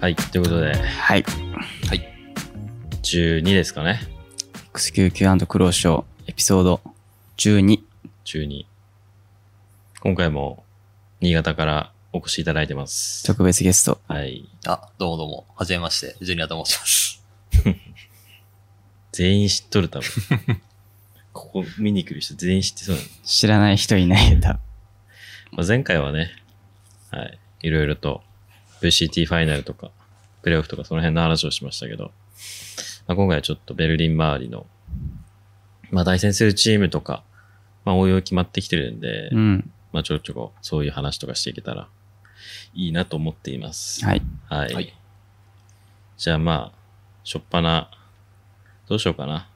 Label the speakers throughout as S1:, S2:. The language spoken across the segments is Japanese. S1: はい、ということで、
S2: はい。
S1: 12ですかね。
S2: X99& クローショーエピソード12。
S1: 12。今回も、新潟からお越しいただいてます。
S2: 特別ゲスト。
S1: はい。
S3: あ、どうもどうも。はじめまして、ジュニアと申します。
S1: 全員知っとる、多分。ここ見に来る人全員知ってそうなの
S2: 知らない人いないんだ。
S1: まあ、前回はね、はい、いろいろと VCT ファイナルとか、プレイオフとかその辺の話をしましたけど、まあ、今回はちょっとベルリン周りの、まあ、対戦するチームとか、まあ、応用決まってきてるんで、
S2: うん。
S1: まあ、ちょこちょこそういう話とかしていけたらいいなと思っています。
S2: はい。
S1: はい。
S3: はい
S1: じゃあまあ、しょっぱな、どうしようかな。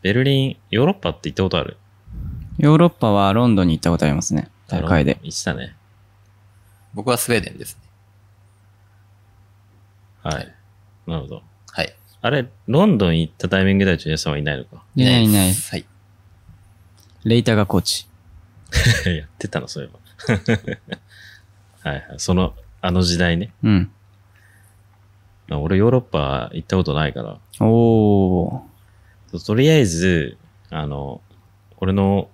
S1: ベルリン、ヨーロッパって行ったことある
S2: ヨーロッパはロンドンに行ったことありますね。大会で。
S1: 行ったね。
S3: 僕はスウェーデンですね。
S1: はい。なるほど。
S3: はい。
S1: あれ、ロンドン行ったタイミングではジュニアさんはいないのか
S2: いないいない
S3: で。すはい。
S2: レイターがコーチ。
S1: やってたの、そういえば。 はいはい。その、あの時代ね。
S2: うん。
S1: まあ俺ヨーロッパ行ったことないから、
S2: おー。
S1: ととりあえず、あの、俺の、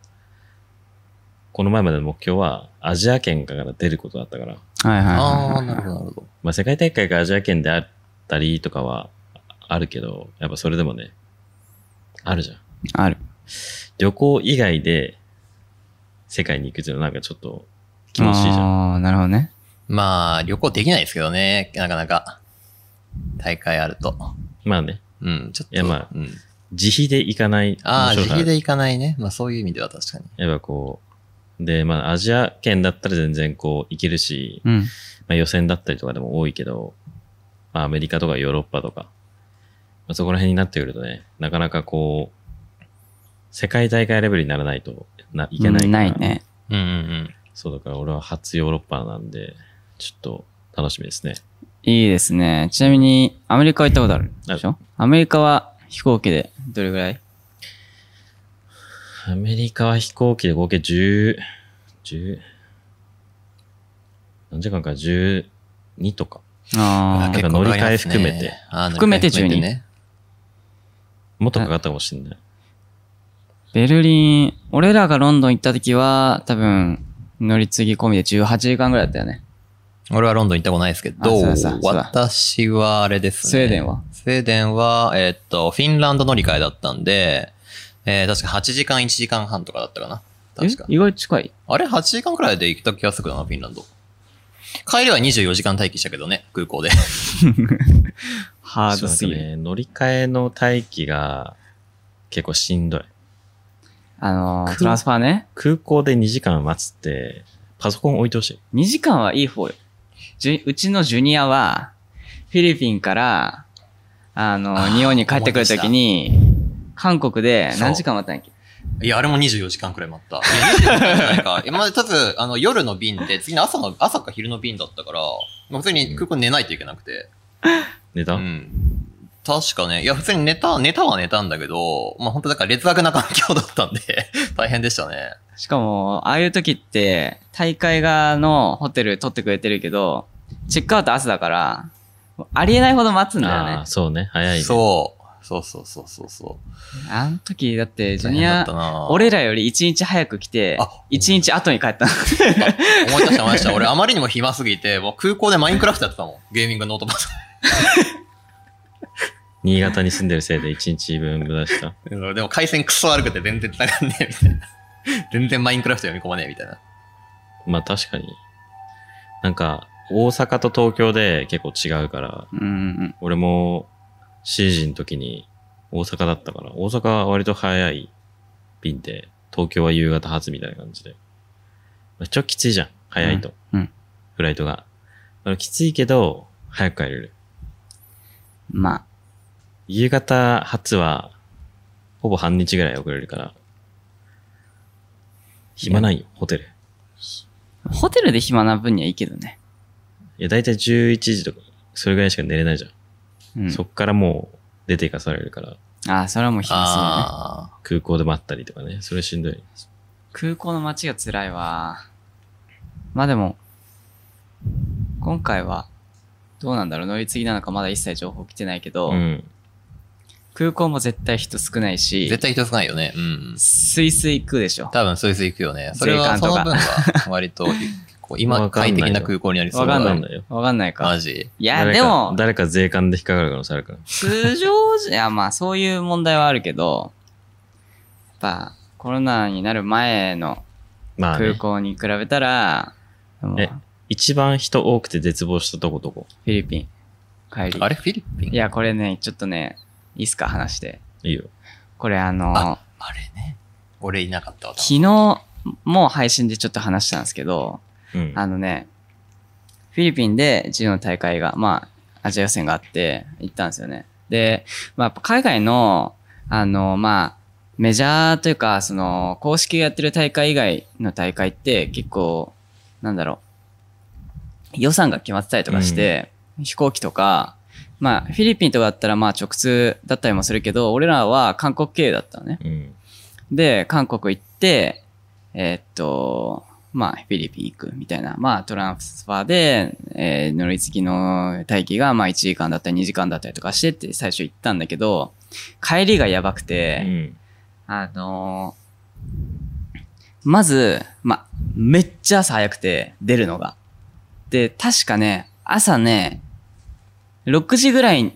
S1: この前までの目標は、アジア圏から出ることだったから、
S2: はいはい
S3: あ
S2: は
S3: あ、
S2: い
S3: なるほ
S2: は
S3: ど、なるほど。
S1: まあ、世界大会がアジア圏であったりとかはあるけど、やっぱそれでもね、あるじゃん。
S2: い。ある。
S1: 旅行以外で、世界に行くっていうのはなんかちょっと気持ちいいじゃん。
S2: ああー、なるほどね。
S3: まあ、旅行できないですけどね、なかなか。大会あると。
S1: まあね、
S3: うん、ちょっと。
S1: いやまあ
S3: うん。
S1: 自費で行かない。面
S3: ああ、自
S1: 白さ
S3: 費で行かないね。まあ、そういう意味では確かに。
S1: やっぱこう、で、まあ、アジア圏だったら全然こう、行けるし、
S2: うん。
S1: まあ、予選だったりとかでも多いけど、まあ、アメリカとかヨーロッパとか、まあ、そこら辺になってくるとね、なかなかこう、世界大会レベルにならないとないけないか
S2: うん
S1: ら、
S2: ない。ね。
S3: うんうん
S1: そうだから俺は初ヨーロッパなんで、ちょっと楽しみですね。
S2: いいですね。ちなみに、アメリカ行ったことある
S1: ある
S2: でしょアメリカは飛行機でどれぐらい
S1: アメリカは飛行機で合計10、10、何時間か12とか。
S3: うん。
S2: あ
S3: あ
S2: あ
S1: 結。構乗り換え含めて。
S3: 含めて
S2: 含めて12
S3: ね。
S1: もっとかかったかもしれない。
S2: ベルリン、俺らがロンドン行った時は、多分、乗り継ぎ込みで18時間ぐらいだったよね。
S3: 俺はロンドン行ったことないですけど
S2: あそうだそうだ、そうだ
S3: 私はあれですね。
S2: スウェーデンは
S3: スウェーデンは、えーっと、フィンランド乗り換えだったんで、えー、確か8時間1時間半とかだったかな。確か
S2: え。意外と近い。
S3: あれ ?8 時間くらいで行った気がするな、フィンランド。帰りは24時間待機したけどね、空港で。
S2: ハー
S1: そう
S2: ド
S1: なん
S2: す
S1: か
S2: ぎる。
S1: ね、乗り換えの待機が結構しんどい。
S2: あのー
S1: 空
S2: トランスファーね。
S1: 空港で2時間待つって、パソコン置いてほしい。
S2: 2時間はいい方よ。じゅうちのジュニアは、フィリピンから、あのー
S3: あー
S2: 日本に帰ってくるときに、韓国で
S3: そう
S2: 何時間待ったんやっけ
S3: いや、あれも24時間くらい待った。いや、24時間じゃないか。いや、まず、たず、あの、夜の便で、次の朝の、朝か昼の便だったから、まあ普通に空港に寝ないといけなくて。
S1: 寝
S3: う
S1: た、
S3: ん。確かね、いや、普通に寝た、寝たは寝たんだけど、まあ、本当だから劣悪な環境だったんで、 大変でしたね。
S2: しかも、ああいう時って、大会側のホテル取ってくれてるけど、チェックアウト朝だから、もうありえないほど待つんだよ
S1: あ
S2: ね
S1: あ、。そうね。早いね。
S3: そう。そうそうそうそうそう。
S2: あの時、だって、ジュ
S3: 大変
S2: ニ
S3: だ
S2: ア
S3: った、な
S2: 俺らより1日早く来て
S3: あ、
S2: 1日後に帰ったの。
S3: 思い出した思い出した。俺あまりにも暇すぎて、もう空港でマインクラフトやってたもん。ゲーミングノートパソ
S1: 新潟に住んでるせいで1日分無駄した。
S3: コン。でも回線クソ悪くて全然繋がんねえみたいな。 全然マインクラフト読み込まねえみたいな。
S1: まあ確かに。なんか、大阪と東京で結構違うから、
S2: うんうん
S1: 俺も C 時の時に大阪だったから、大阪は割と早い便で、東京は夕方発みたいな感じで。まあちょっときついじゃん。早いと。
S2: うんうん
S1: フライトが。あのきついけど、早く帰れる。
S2: うん。ま
S1: 夕方発は、ほぼ半日ぐらい遅れるから、暇ないよ、ホテル。
S2: あ、ホテルで暇な分にはいいけどね。
S1: いや、だいたい11時とか、それぐらいしか寝れないじゃん。
S2: うん。
S1: そっからもう出て行かされるから、
S2: ああ、それはもう暇すぎるね。
S3: ああ。
S1: 空港で待ったりとかね、それしんどい。
S2: 空港の街が辛いわ。まあでも、今回は、どうなんだろう乗り継ぎなのかまだ一切情報来てないけど、
S1: うん。
S2: 空港も絶対人少ないし、
S3: 絶対人少ないよね。うん。
S2: スイスイ行くでしょ。
S3: 多分、スイス行くよね。それは、
S2: 税関と
S3: そ
S2: か
S3: の分は、割と、こう 今、
S1: わかんない
S3: 快
S1: よ
S3: 適な空港になりそ
S2: わ
S3: うだ
S2: か
S1: わかん
S2: んな
S1: ない
S2: い
S1: よ。
S2: わかんない
S3: マ
S2: か。
S3: ジ。
S2: いや、
S1: 誰
S2: で
S1: か
S2: も、
S1: 誰か税関で引っかかる可能性あるから。
S2: 通常時、いや、まあ、そういう問題はあるけど、やっぱ、コロナになる前の
S1: まあ、
S2: 空
S1: ね、
S2: 港に比べたら、もう
S1: え一番人多くて絶望したとことこ。
S2: フィリピン、帰り。
S3: あれ、フィリピン
S2: いや、これね、ちょっとね、いいっすか、話して。
S1: いいよ。
S2: これあの、
S3: ああれね。俺いなかったわ。
S2: 昨日も配信でちょっと話したんですけど、
S1: うん。
S2: あのね、フィリピンで自由の大会が、まあ、アジア予選があって、行ったんですよね。で、まあ、やっぱ海外の、あの、まあ、メジャーというか、その、公式がやってる大会以外の大会って、結構、なんだろう、予算が決まってたりとかして、飛行機とか、まあ、フィリピンとかだったら、まあ、直通だったりもするけど、俺らは韓国経由だったのね。
S1: うん。
S2: で、韓国行って、えーっと、まあ、フィリピン行くみたいな。まあ、トランスファーで、えー乗り継ぎの待機が、まあ、1時間だったり2時間だったりとかしてって最初行ったんだけど、帰りがやばく
S1: う
S2: て、
S1: ん。
S2: あのーまず、まあ、めっちゃ朝早くて、出るのが。で、確かね、朝ね、6時ぐらい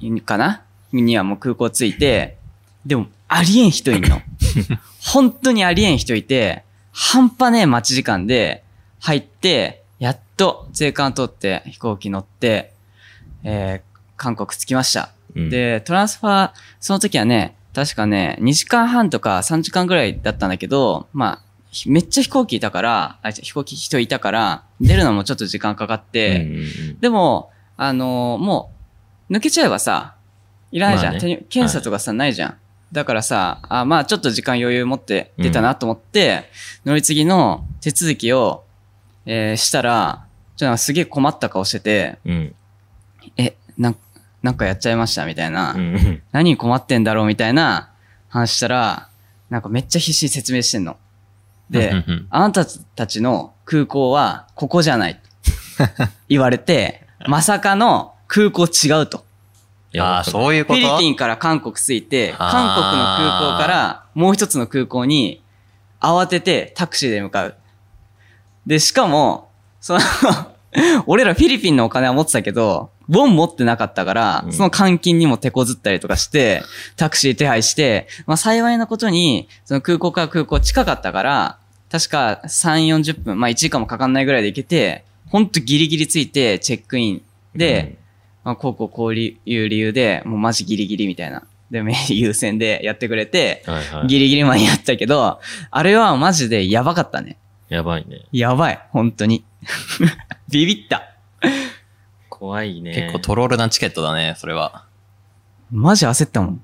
S2: にかなにはもう空港着いて、でも、ありえん人いんの。本当にありえん人いて、半端ねえ待ち時間で入って、やっと税関通って飛行機乗って、えー韓国着きました。
S1: うん、
S2: で、トランスファー、その時はね、確かね、2時間半とか3時間ぐらいだったんだけど、まあ、ひめっちゃ飛行機いたから、あ、違う飛行機人いたから、出るのもちょっと時間かかっ
S1: うん
S2: て、
S1: うん
S2: でも、あのーもう、抜けちゃえばさ、いらないじゃ
S1: ま
S2: ん。
S1: あね
S2: 手に検査とかさ、ないじゃん。だからさ、あ、まあちょっと時間余裕持って出たなと思って、乗り継ぎの手続きを、えーしたら、ちょっとなんかすげえ困った顔してて、
S1: うん。うん。
S2: え、なんなんかやっちゃいましたみたいな。
S1: うん。
S2: 何に困ってんだろうみたいな話したら、なんかめっちゃ必死に説明してんの。で、
S3: うんうん
S2: あなたたちの空港はここじゃないと言われて、まさかの空港違うと。
S3: うんああ、
S1: う。
S3: そういう
S2: フ
S3: こ
S2: ィ
S3: と
S2: リピンから韓国着いて、
S3: あー
S2: 韓国の空港からもう一つの空港に慌ててタクシーで向かう。で、しかも、その、 俺らフィリピンのお金は持ってたけど、ボン持ってなかったから
S1: う、ん
S2: その換金にも手こずったりとかして、タクシー手配して、まあ幸いなことに、その空港から空港近かったから、確か3、40分、まあ1時間もかかんないぐらいで行けて、ほんとギリギリついてチェックインで、まあ、こうこうこういう理由で、もうマジギリギリみたいな。で、メイン優先でやってくれて、
S1: うん、はいはい。
S2: ギリギリ間に合ったけど、あれはマジでやばかったね。
S1: やばいね。
S2: やばい、本当に。 ビビった。
S1: 怖いね。
S3: 結構トロールなチケットだね、それは。
S2: マジ焦ったもん。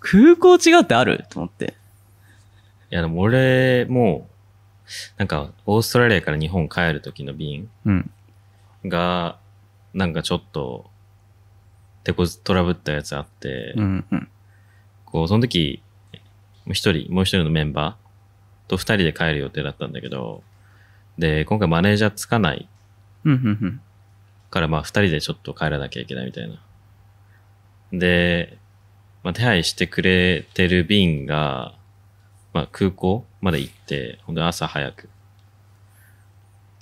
S2: 空港違うってあると思って。
S1: いや、でも俺、もう、なんか、オーストラリアから日本帰る時の便
S2: うん。
S1: が、なんかちょっと、手こずトラブったやつあって、
S2: うん、うん。
S1: こう、その時、一人、もう一人のメンバーと二人で帰る予定だったんだけど、で、今回マネージャーつかない
S2: うん、うん、
S1: から、まあ二人でちょっと帰らなきゃいけないみたいな。で、まあ手配してくれてる便が、まあ空港まで行って、ほんと朝早く。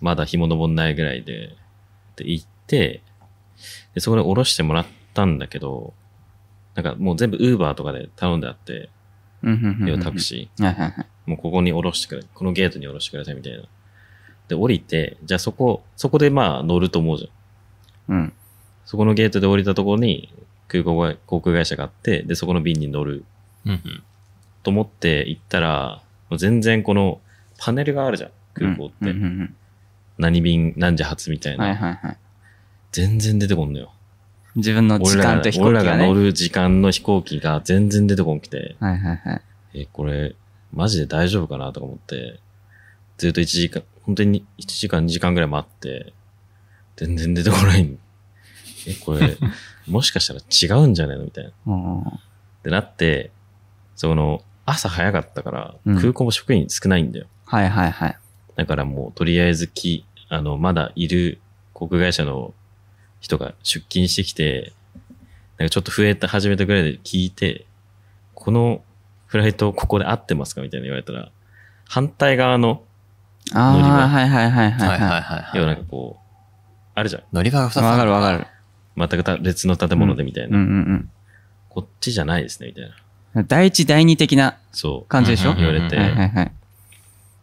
S1: まだ日も昇んないぐらいで、で行って、で、そこで降ろしてもらったんだけど、なんかもう全部ウーバーとかで頼んであって、
S2: うん。うん、うん。
S1: 要はタクシー。
S2: ー。はいはいはい。
S1: もうここに降ろしてくれ、このゲートに降ろしてくださいみたいな。で、降りて、じゃあそこ、そこでまあ乗ると思うじゃん。
S2: うん。
S1: そこのゲートで降りたところに空港が、航空会社があって、で、そこの便に乗る
S3: うんうん
S1: と思って行ったら、もう全然このパネルがあるじゃん、空港って。
S2: うん、うんうん
S1: 何便、何時発みた
S2: う
S1: い
S2: ん。
S1: な。
S2: はいはいはい。
S1: 全然出てこんのよ。
S2: 自分の時
S1: 俺ら
S2: 間と
S1: が
S2: 飛行
S1: 俺
S2: 機
S1: らが
S2: が
S1: 乗
S2: ね。
S1: る時間の飛行機が全然出てこんくて、
S2: はいはいはい。
S1: え、これ、マジで大丈夫かなとか思って、ずっと1時間、本当に1時間、2時間ぐらい待って、全然出てこない。え、こ れ、もしかしたら違うんじゃないのみたいな。っ
S2: おー
S1: てなって、その、朝早かったから
S2: うん、
S1: 空港も職員少ないんだよ。
S2: はいはいはい。
S1: だからもう、とりあえずき、あの、まだいる航空会社の人が出勤してきて、なんかちょっと増えた始めたぐらいで聞いて、このフライトここで合ってますかみたいな言われたら、反対側の、ノリ
S2: あ
S1: は
S2: あ、はいはいはいはい。はい
S3: は
S1: 要はなんかこう、あるじゃん。
S3: 乗り場が2つ。
S2: わかるわかる。
S1: 全くた別の建物でみたい
S2: うんう
S1: な。
S2: ん
S1: こっちじゃないですね、みたいな。
S2: うん。第一、第二的な
S1: そう。
S2: 感じでしょ、
S3: うんうん
S1: 言われて
S2: はいはいはい。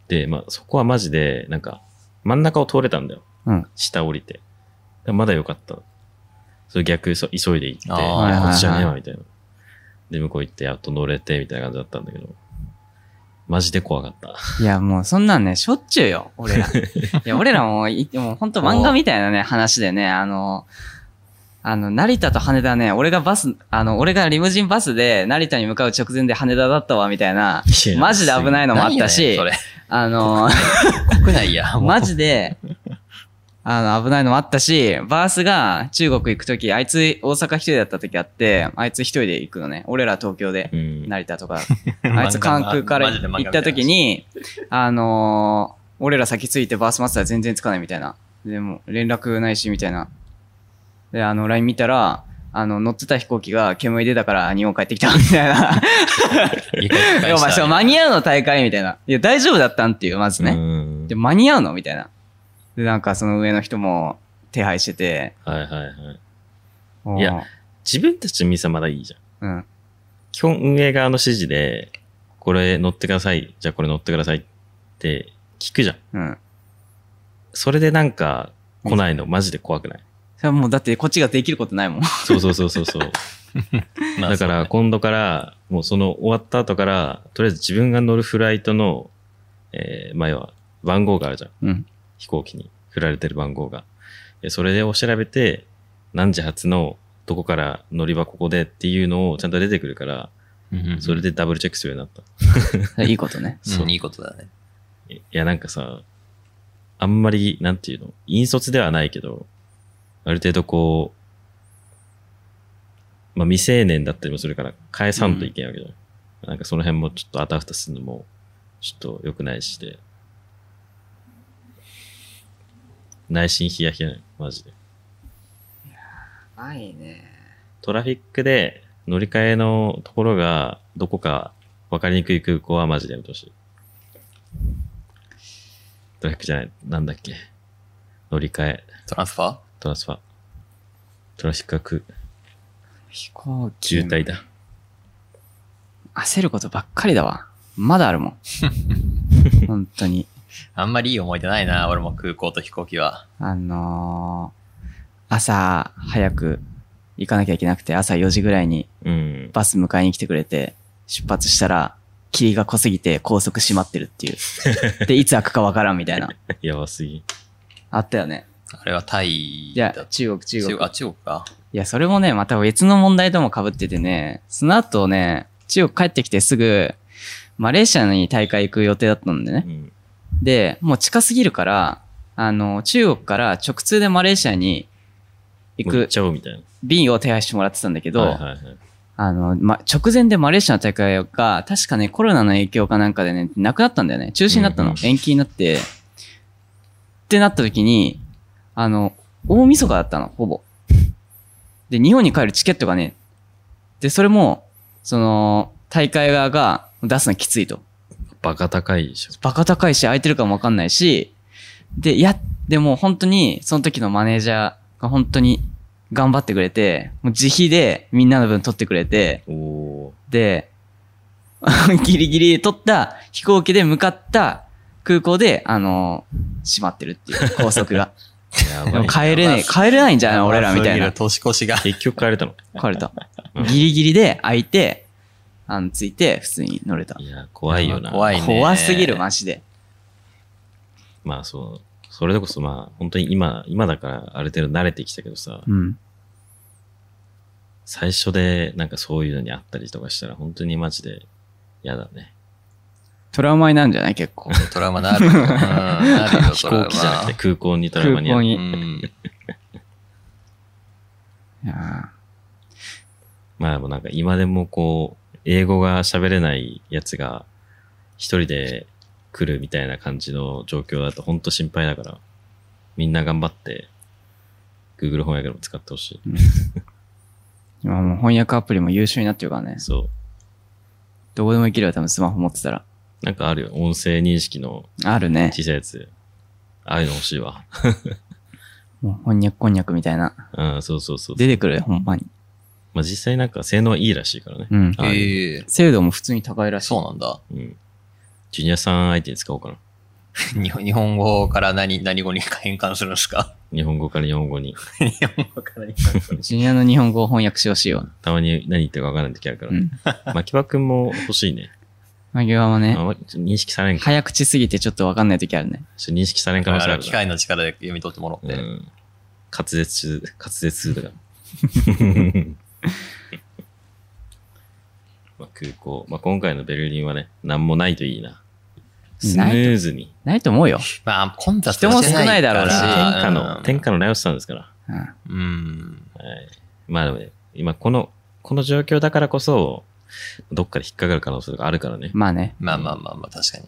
S1: で、まあそこはマジで、なんか、真ん中を通れたんだよ。
S2: うん。
S1: 下降りて。でまだ良かった。それ逆、そ急いで行って、
S3: あー
S1: いや
S2: はいはいはい
S1: こっちじゃねえわ、みたいな。で、向こう行って、やっと乗れて、みたいな感じだったんだけど、マジで怖かった。
S2: いや、もうそんなんね、しょっちゅうよ、 俺ら。いや、俺らもうい、もうほんと漫画みたいなね、話でね、あの、あの、成田と羽田ね、俺がバス、あの、俺がリムジンバスで成田に向かう直前で羽田だったわ、みたいな、
S1: いや
S2: マジで危ないのもあったし、
S3: 何やねん
S2: あの、
S3: それ。国内 や。
S2: マ
S3: で
S2: ジで、あの、危ないのもあったし、バースが中国行くとき、あいつ大阪一人だったときあって、あいつ一人で行くのね。俺ら東京で
S1: う、ん。
S2: 成田 とか、あいつ関空から行ったとき、に、あのー俺ら先着いてバース待ってたら全然つかないみたいな。でも、連絡ないし、みたいな。で、あの、LINE 見たら、あの、乗ってた飛行機が煙出たから日本帰ってきた、みたい な。いやお前、そう、間に合うの大会みたいな。いや、大丈夫だったんっていう、まずね。
S1: うん
S2: で、間に合うのみたいな。で、なんかその上の人も手配してて。
S1: はいはいはい。いや
S2: おー、
S1: 自分たちのミスはまだいいじゃん。
S2: うん。
S1: 基本運営側の指示で、これ乗ってください、じゃあこれ乗ってくださいって聞くじゃん。
S2: うん。
S1: それでなんか来ないの、マジで怖くない
S2: それはもうだってこっちができることないもん。
S1: そうそうそうそうそう。だから今度から、もうその終わった後から、とりあえず自分が乗るフライトの、えー、前は番号があるじゃん。
S2: うん。
S1: 飛行機に振られてる番号が。でそれを調べて、何時発のどこから乗り場ここでっていうのをちゃんと出てくるから、それ
S3: で、
S1: でダブルチェックするようになっ
S2: それいいことね。
S1: そう
S3: うんいいことだね。
S1: た。いや、なんかさ、あんまり、なんていうの、引率ではないけど、ある程度こう、まあ未成年だったりもするから、返さんといけんわけじゃん。なんかその辺もちょっとあたふたするのも、ちょっと良くないしで。内心ヒヤヒヤね、マジで。
S2: ないね。
S1: トラフィックで乗り換えのところがどこか分かりにくい空港はマジでやめてほしい。トラフィックじゃない、なんだっけ。乗り換え、
S3: トランスファー
S1: トランスファー。トラフィックは空
S2: 飛行機。
S1: 渋滞。だ。
S2: 焦ることばっかりだわ。まだあるもん。本当に。
S3: あんまりいい思い出ないな、俺も空港と飛行機は。
S2: あのー、朝早く行かなきゃいけなくて、朝4時ぐらいに
S1: うん。
S2: バス迎えに来てくれて、出発したら、霧が濃すぎて高速閉まってるっていう。で、いつ開くかわからんみたいな。
S1: やばすぎ。
S2: あったよね。
S3: あれはタイ
S2: い
S3: だ
S2: や
S3: った、
S2: 中国、中国。
S3: あ、中国か。
S2: いや、それもね、また別の問題とも被っててね、その後ね、中国帰ってきてすぐ、マレーシアに大会行く予定だったんで
S1: う
S2: ね。
S1: ん。
S2: で、もう近すぎるから、あの、中国から直通でマレーシアに行
S1: もう行っ
S2: く
S1: ちゃおうみたいな。
S2: 便を手配してもらってたんだけど、
S1: はいはいはい。
S2: あの、ま、直前でマレーシアの大会が、確かね、コロナの影響かなんかでね、なくなったんだよね。中止になったの。
S1: うんうん
S2: 延期になって。ってなった時に、あの、大晦日だったの、ほぼ。で、日本に帰るチケットがね、で、それも、その、大会側が出すのきついと。
S1: バカ高いでしょ。
S2: バカ高いし、空いてるかもわかんないし、で、いや、でも本当に、その時のマネージャーが本当に頑張ってくれて、もう自費でみんなの分取ってくれて、
S1: おー。
S2: で、 ギリギリ取った飛行機で向かった空港で、あの閉まってるっていう、高速 が。
S1: や
S2: で
S1: ば
S2: も
S1: い。
S2: 帰れねえ、帰れないんじゃない俺らみたい
S3: ま
S2: な
S3: あ。年越しが。
S1: 結局帰れたの。
S2: 帰れた。ギリギリで空いて、あの、ついて、普通に乗れた。
S1: いや、怖いよな。
S3: 怖いね。
S2: 怖すぎる、マジで。
S1: まあそう。それでこそまあ、本当に今、今だからある程度慣れてきたけどさ。
S2: うん。
S1: 最初でなんかそういうのにあったりとかしたら本当にマジで嫌だね。
S2: トラウマになるんじゃない結構。
S3: トラウマなるよ。うんなるよ、
S1: 飛
S3: トラウ
S1: 行
S3: マ
S1: 機じゃなくて空港にトラウ
S2: 空
S1: マにある。
S2: 港に。
S3: うん。
S2: いや
S1: まあでもなんか今でもこう、英語が喋れないやつが一人で来るみたいな感じの状況だと本当心配だから、みんな頑張って Google 翻訳でも使ってほしい。
S2: 今もう翻訳アプリも優秀になってるからね。
S1: そ
S2: どこでも行けるよ、多分スマホ持ってたら。
S1: う。なんかあるよ。音声認識の
S2: あるね。
S1: 小さいやつ。ああいうの欲しいわ。
S2: もう翻訳こんにゃくみたいな。
S1: うん、そうそうそう。
S2: 出てくるよ、ほんまに。
S1: まあ、実際なんか性能はいいらしいからね。
S2: うん。
S1: はい
S3: ええ
S2: 精度も普通に高いらしい。
S3: そうなんだ。
S1: う ん。ジュニアさん相手に使おうかな。
S3: 日本日本語から何、何語に変換するんですか
S1: 日本語から日本語に。
S3: 日本語から変換する。
S2: ジュニアの日本語を翻訳してほしいわ。
S1: たまに何言ってるか分からない時あるから。
S2: うん。
S1: 牧場くんも欲しいね。
S2: まぎわも
S1: あ
S2: ね、
S1: ま認識されんか。
S2: 早口すぎてちょっとわかんない時あるね。
S1: ちょっと認識されん可能
S3: あ
S1: 性あ
S3: の
S1: る
S3: 機
S1: な。
S3: 械の力で読み取ってもらっ
S1: う
S3: て。
S1: ん。滑舌中、滑舌するだから。まあ空港。まあ今回のベルリンはね、なんもないといいな。スムーズに。
S2: ないと思うよ。
S3: まあ、混雑
S2: 人も少ないだろうし
S1: 天下の、天
S3: 天
S1: 下のライオスさんですから。
S2: うん。
S3: うん。
S1: はい。まあでもね、今この、この状況だからこそ、どっかで引っかかる可能性があるからね。
S2: まあね。
S3: まあまあまあまあ、確かに。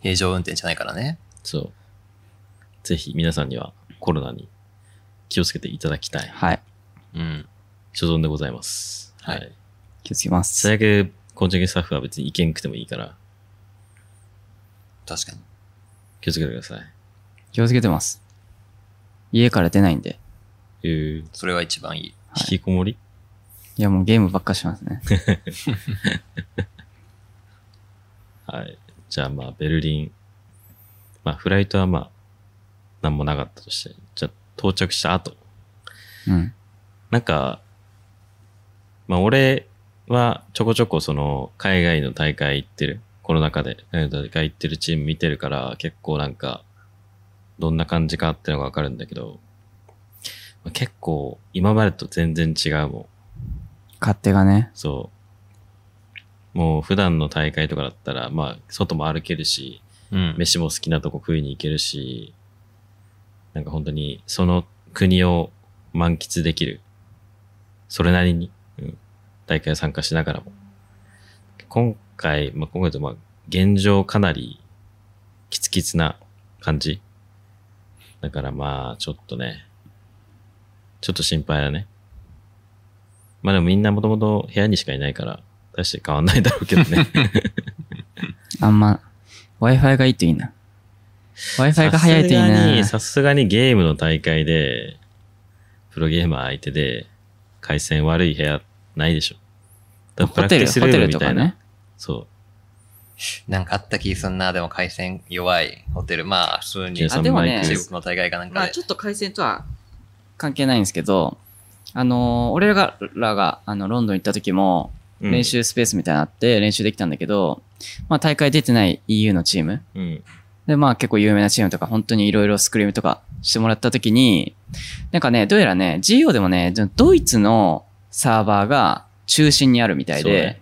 S3: 平常運転じゃないからね。
S1: そう。ぜひ皆さんにはコロナに気をつけていただきたい
S2: はい。
S3: うん。
S1: 所存でございます。は
S3: はい
S1: い。
S2: 気をつけます。
S1: 最悪、コンチェンスタッフは別に意見くてもいいから、
S3: 確かに。
S1: 気をつけてください。
S2: 気をつけてます。家から出ないんで。
S1: えー、引
S3: それが一番いい。
S1: きこもり、
S2: いやもうゲームばっか しますね。
S1: はい、じゃあまあ、ベルリン。まあ、フライトはまあ、なんもなかったとして。じゃあ、到着した後。
S2: うん。
S1: なんか、まあ、俺はちょこちょこその、海外の大会行ってる。コロナ禍で、海外の大会行ってるチーム見てるから、結構なんか、どんな感じかってのがわかるんだけど、まあ結構、今までと全然違うもん。
S2: 勝手がね。
S1: そう。もう普段の大会とかだったら、まあ、外も歩けるし、
S3: うん
S1: 飯も好きなとこ食いに行けるし、なんか本当にその国を満喫できる。それなりに、うん、大会参加しながらも。今回、まあ、今回とまあ、現状かなりキツキツな感じ。だからまあ、ちょっとね、ちょっと心配だね。まあでもみんなもともと部屋にしかいないから、大して変わんないだろうけどね。
S2: あんま、Wi-Fi がいいといいな。Wi-Fi が早いといいな。
S1: さすがにゲームの大会で、プロゲーマー相手で、回線悪い部屋ないでしょ。だから
S2: ホテル、
S1: プラクティスルー
S2: ホ
S1: ム
S2: テル
S1: み
S2: と
S1: た
S2: か
S1: いな
S2: ね。。
S1: そ
S3: なんかあった気すんな、でも回線弱いホテル。まあ、普通に
S1: 13
S2: あでもね
S1: マイ
S3: 中
S1: ク
S3: 国の大会かなん
S2: ま
S3: か
S2: あ
S3: で
S2: ち。ょっと回線とは関係ないんですけど、あのー俺らが、あの、ロンドン行った時も、
S1: う。うん
S2: 練。習スペースみたいなのあって練習できたんだけど、まあ大会出てない EU のチーム。
S1: うん。
S2: で、まあ結構有名なチームとか、本当にいろいろスクリームとかしてもらった時に、なんかね、どうやらね、GO でもね、ドイツのサーバーが中心にあるみたい
S1: そう
S2: で、
S1: ね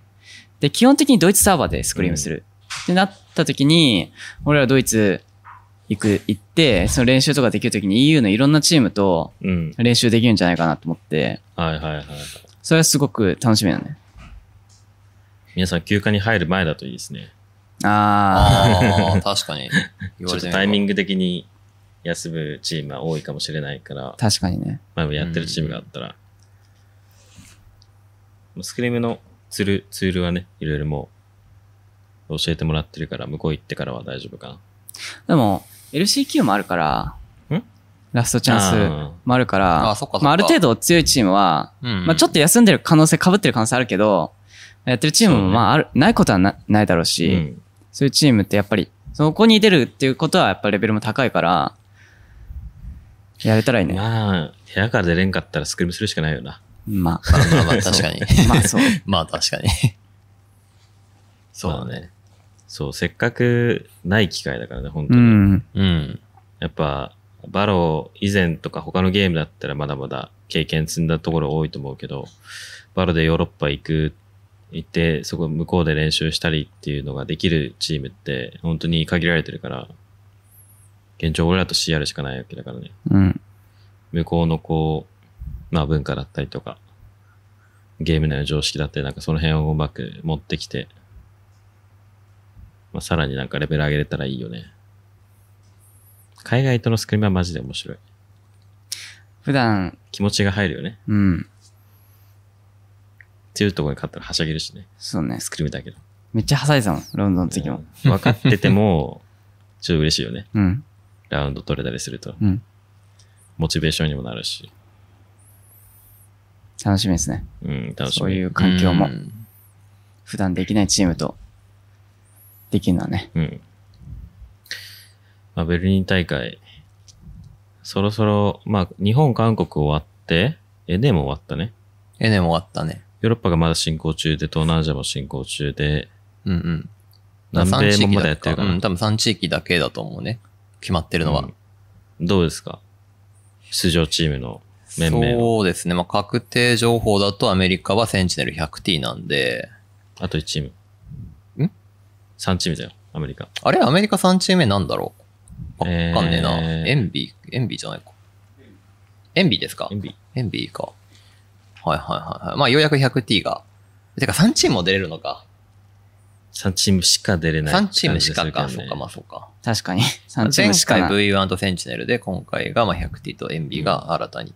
S2: で、基本的にドイツサーバーでスクリームする。ってなった時に、俺らドイツ行く、行って、その練習とかできる時に EU のいろんなチームと
S1: うん。
S2: 練習できるんじゃないかなと思って、
S1: はいはいはい。
S2: それはすごく楽しみだね。
S1: 皆さん休暇に入る前だといいですね。
S2: あ
S3: ああ、確かに。言
S1: ち
S3: わ
S1: ょってと
S3: れみれば
S1: タイミング的に休むチームは多いかもしれないから
S2: ー、、確かにね。
S1: 前もやってるチームがあったら、もうスクリームのツール、ツールはね、いろいろもう教えてもらってるから、向こう行ってからは大丈夫かな。
S2: でも、LCQ もあるから、
S1: ん
S2: ラストチャ
S1: あ
S2: ンス
S1: ー
S2: もあるから、
S3: あそっかそっか
S2: まあ、ある程度強いチームは、
S3: うん
S2: まあ、ちょっと休んでる可能性、被ってる可能性あるけど、やってるチーム
S1: そう
S2: も、
S1: ね
S2: まあ、ある、ないことはなないだろうし、
S1: うん
S2: そういうチームってやっぱり、そこに出るっていうことは、やっぱレベルも高いから、やれたらいい ね。まあ、
S1: まあ、部屋から出れんかったらスクリームするしかないよな。
S2: ま
S3: まあまあまあ、確かに。
S2: あ、そう。
S3: まあ、確かに。そうだね。
S1: そう、せっかくない機会だからね、本当
S2: う
S1: に。
S2: ん。
S3: うん。
S1: やっぱ、バロー以前とか他のゲームだったらまだまだ経験積んだところ多いと思うけど、バローでヨーロッパ行く、行って、そこ向こうで練習したりっていうのができるチームって、本当に限られてるから、現状俺らと CR しかないわけだからね。
S2: うん。
S1: 向こうのこう、まあ文化だったりとか、ゲーム内の常識だったり、なんかその辺をうまく持ってきて、まあさらになんかレベル上げれたらいいよね。海外とのスクリームはマジで面白い。
S2: 普段、
S1: 気持ちが入るよね。
S2: うん。
S1: 強いところに勝ったらはしゃげるしね。
S2: そうね。
S1: スクリームだけど。
S2: めっちゃはさいてたもん、ロンドンの時も。
S1: うん分かってても、 ちょっと嬉しいよね。
S2: うん。
S1: ラウンド取れたりすると。
S2: うん。
S1: モチベーションにもなるし。
S2: 楽しみですね。
S1: うん、楽し
S2: そう
S1: み。
S2: いう環境も
S3: う。ん
S2: 普段できないチームと、できるのはね。
S1: うん。まあ、ベルリン大会、そろそろ、まあ、日本、韓国終わって、え、でも終わったね。
S3: え、でも終わったね。
S1: ヨーロッパがまだ進行中で、東南アジアも進行中で、
S3: うんうん。
S1: 南米もまだや
S3: 三
S1: って
S3: 地域
S1: る
S3: だ
S1: かな
S3: うん、多分3地域だけだと思うね。決まってるのは。
S1: うんどうですか出場チームの面々は。
S3: そうですね。まあ、確定情報だとアメリカはセンチネル 100T なんで、
S1: あと1チーム。
S3: ん
S1: ?3 チームだよ、アメリカ。
S3: あれアメリカ3チーム目なんだろうわかん
S1: えー
S3: ねえな。エンビ、エンビじゃないか。エンビですか
S1: エンビ
S3: エンビか。はいはいはいはい。まあ、ようやく 100T が。てか3チームも出れるのか。
S1: 3チームしか出れない
S3: 3
S1: 感
S3: チ
S1: じ
S3: ー
S1: が
S3: ム
S1: す
S3: し
S1: るけど
S3: か
S1: ね。
S3: か。そうか、まあそうか。
S2: 確かに。3チームしか
S3: 前
S2: な
S3: 回 V1 とセンチネルで、今回がまあ 100T と MB が新たに。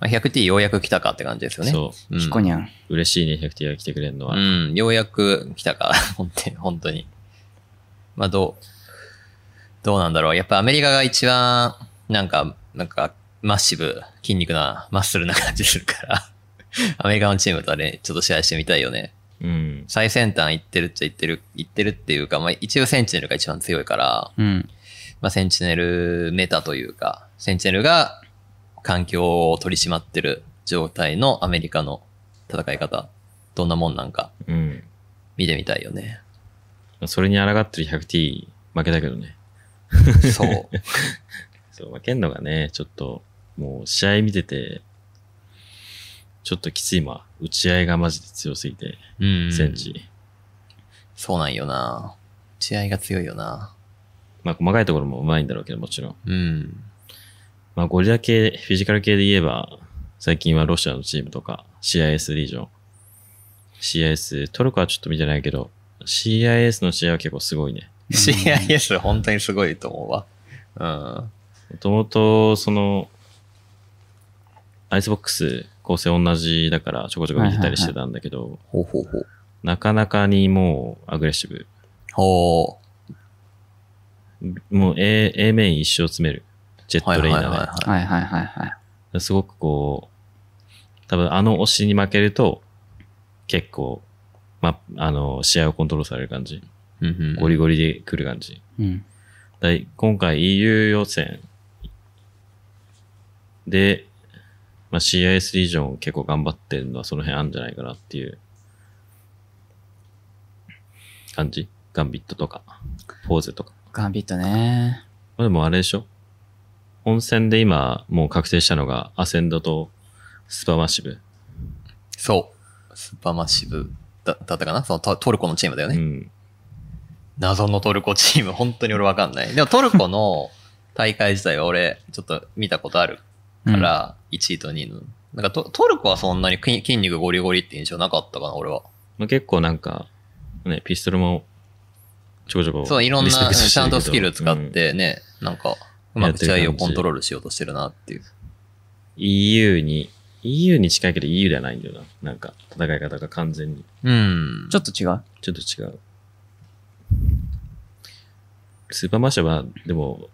S3: まあ、100T ようやく来たかって感じですよね。
S1: そう
S3: うん。
S2: ひこにゃん。
S1: う。嬉しいね、100T が来てくれるのは。
S3: うん、ようやく来たか。本当に、本当に。まあどう、どうなんだろう。やっぱアメリカが一番、なんか、なんか、マッシブ、筋肉な、マッスルな感じするから、 アメリカのチームとあれ、ちょっと試合してみたいよね。
S1: うん。
S3: 最先端行ってるっちゃ行ってる、行ってるっていうか、まあ一応センチネルが一番強いから、
S2: うん。
S3: まあ、センチネルメタというか、センチネルが環境を取り締まってる状態のアメリカの戦い方、どんなもんなんか
S1: うん。
S3: 見てみたいよね。
S1: それに抗ってる 100T 負けたけどね。
S3: そう。
S1: そう、負けんのがね、ちょっと、もう試合見てて、ちょっときつい今、打ち合いがマジで強すぎて、
S3: うん
S1: セン。チ。
S3: そうなんよな。試合が強いよな。
S1: まあ細かいところもうまいんだろうけど、もちろん。
S3: うん。
S1: まあゴリラ系、フィジカル系で言えば、最近はロシアのチームとか、CIS リージョン。CIS、トルコはちょっと見てないけど、CIS の試合は結構すごいね。
S3: CIS 本当にすごいと思うわ。うん。
S1: もともと、その、アイスボックス構成同じだから、ちょこちょこ見てたりしてたんだけど、
S3: ほうほうほう。
S1: なかなかにもうアグレッシブ。
S3: ほ
S1: もう A, A メイン一生詰める。ジェ
S3: う。は
S1: ッ
S3: い
S1: ト
S3: は
S1: レイ
S3: いは
S1: ナー
S3: いは
S1: ね
S3: い。
S2: はいはいはいはい。。
S1: すごくこう、多分あの推しに負けると、結構、ま、あの、試合をコントロールされる感じ。
S3: うんうん
S1: ゴリゴリで来る感じ。
S2: うん。
S1: だい今回 EU 予選で、まあ、CIS リージョン結構頑張ってるのはその辺あるんじゃないかなっていう感じガンビットとか、ポーゼとか。
S2: ガンビットね。
S1: まあ、でもあれでしょ本戦で今もう確定したのがアセンドとスパマッシブ。
S3: そう。スーパーマッシブだだったかなそのトトルコのチームだよ
S1: う
S3: ね。
S1: ん。
S3: 謎のトルコチーム、本当に俺わかんない。でもトルコの大会自体は俺、ちょっと見たことある
S2: う
S3: か
S2: ん。
S3: ら、1位と2位の。なんかトトルコはそんなに筋筋肉ゴリゴリって印象なかったかな、俺は。
S1: まあ、結構なんか、ね、ピストルもちょこちょこ
S3: そう、いろん
S1: リスペ
S3: な、
S1: クトして
S3: ちゃ
S1: るけ
S3: ん
S1: ど
S3: とスキル使っ。
S1: うん
S3: てね、なんか、うまく試合をコントロールしようとしてるなっていう。
S1: EU に、EU に近いけど EU ではないんだよな。なんか戦い方が完全に。
S3: うん。
S2: ちょ
S3: っ
S2: っと違う
S1: ちょっと違う。スーパーマッシュは、でも、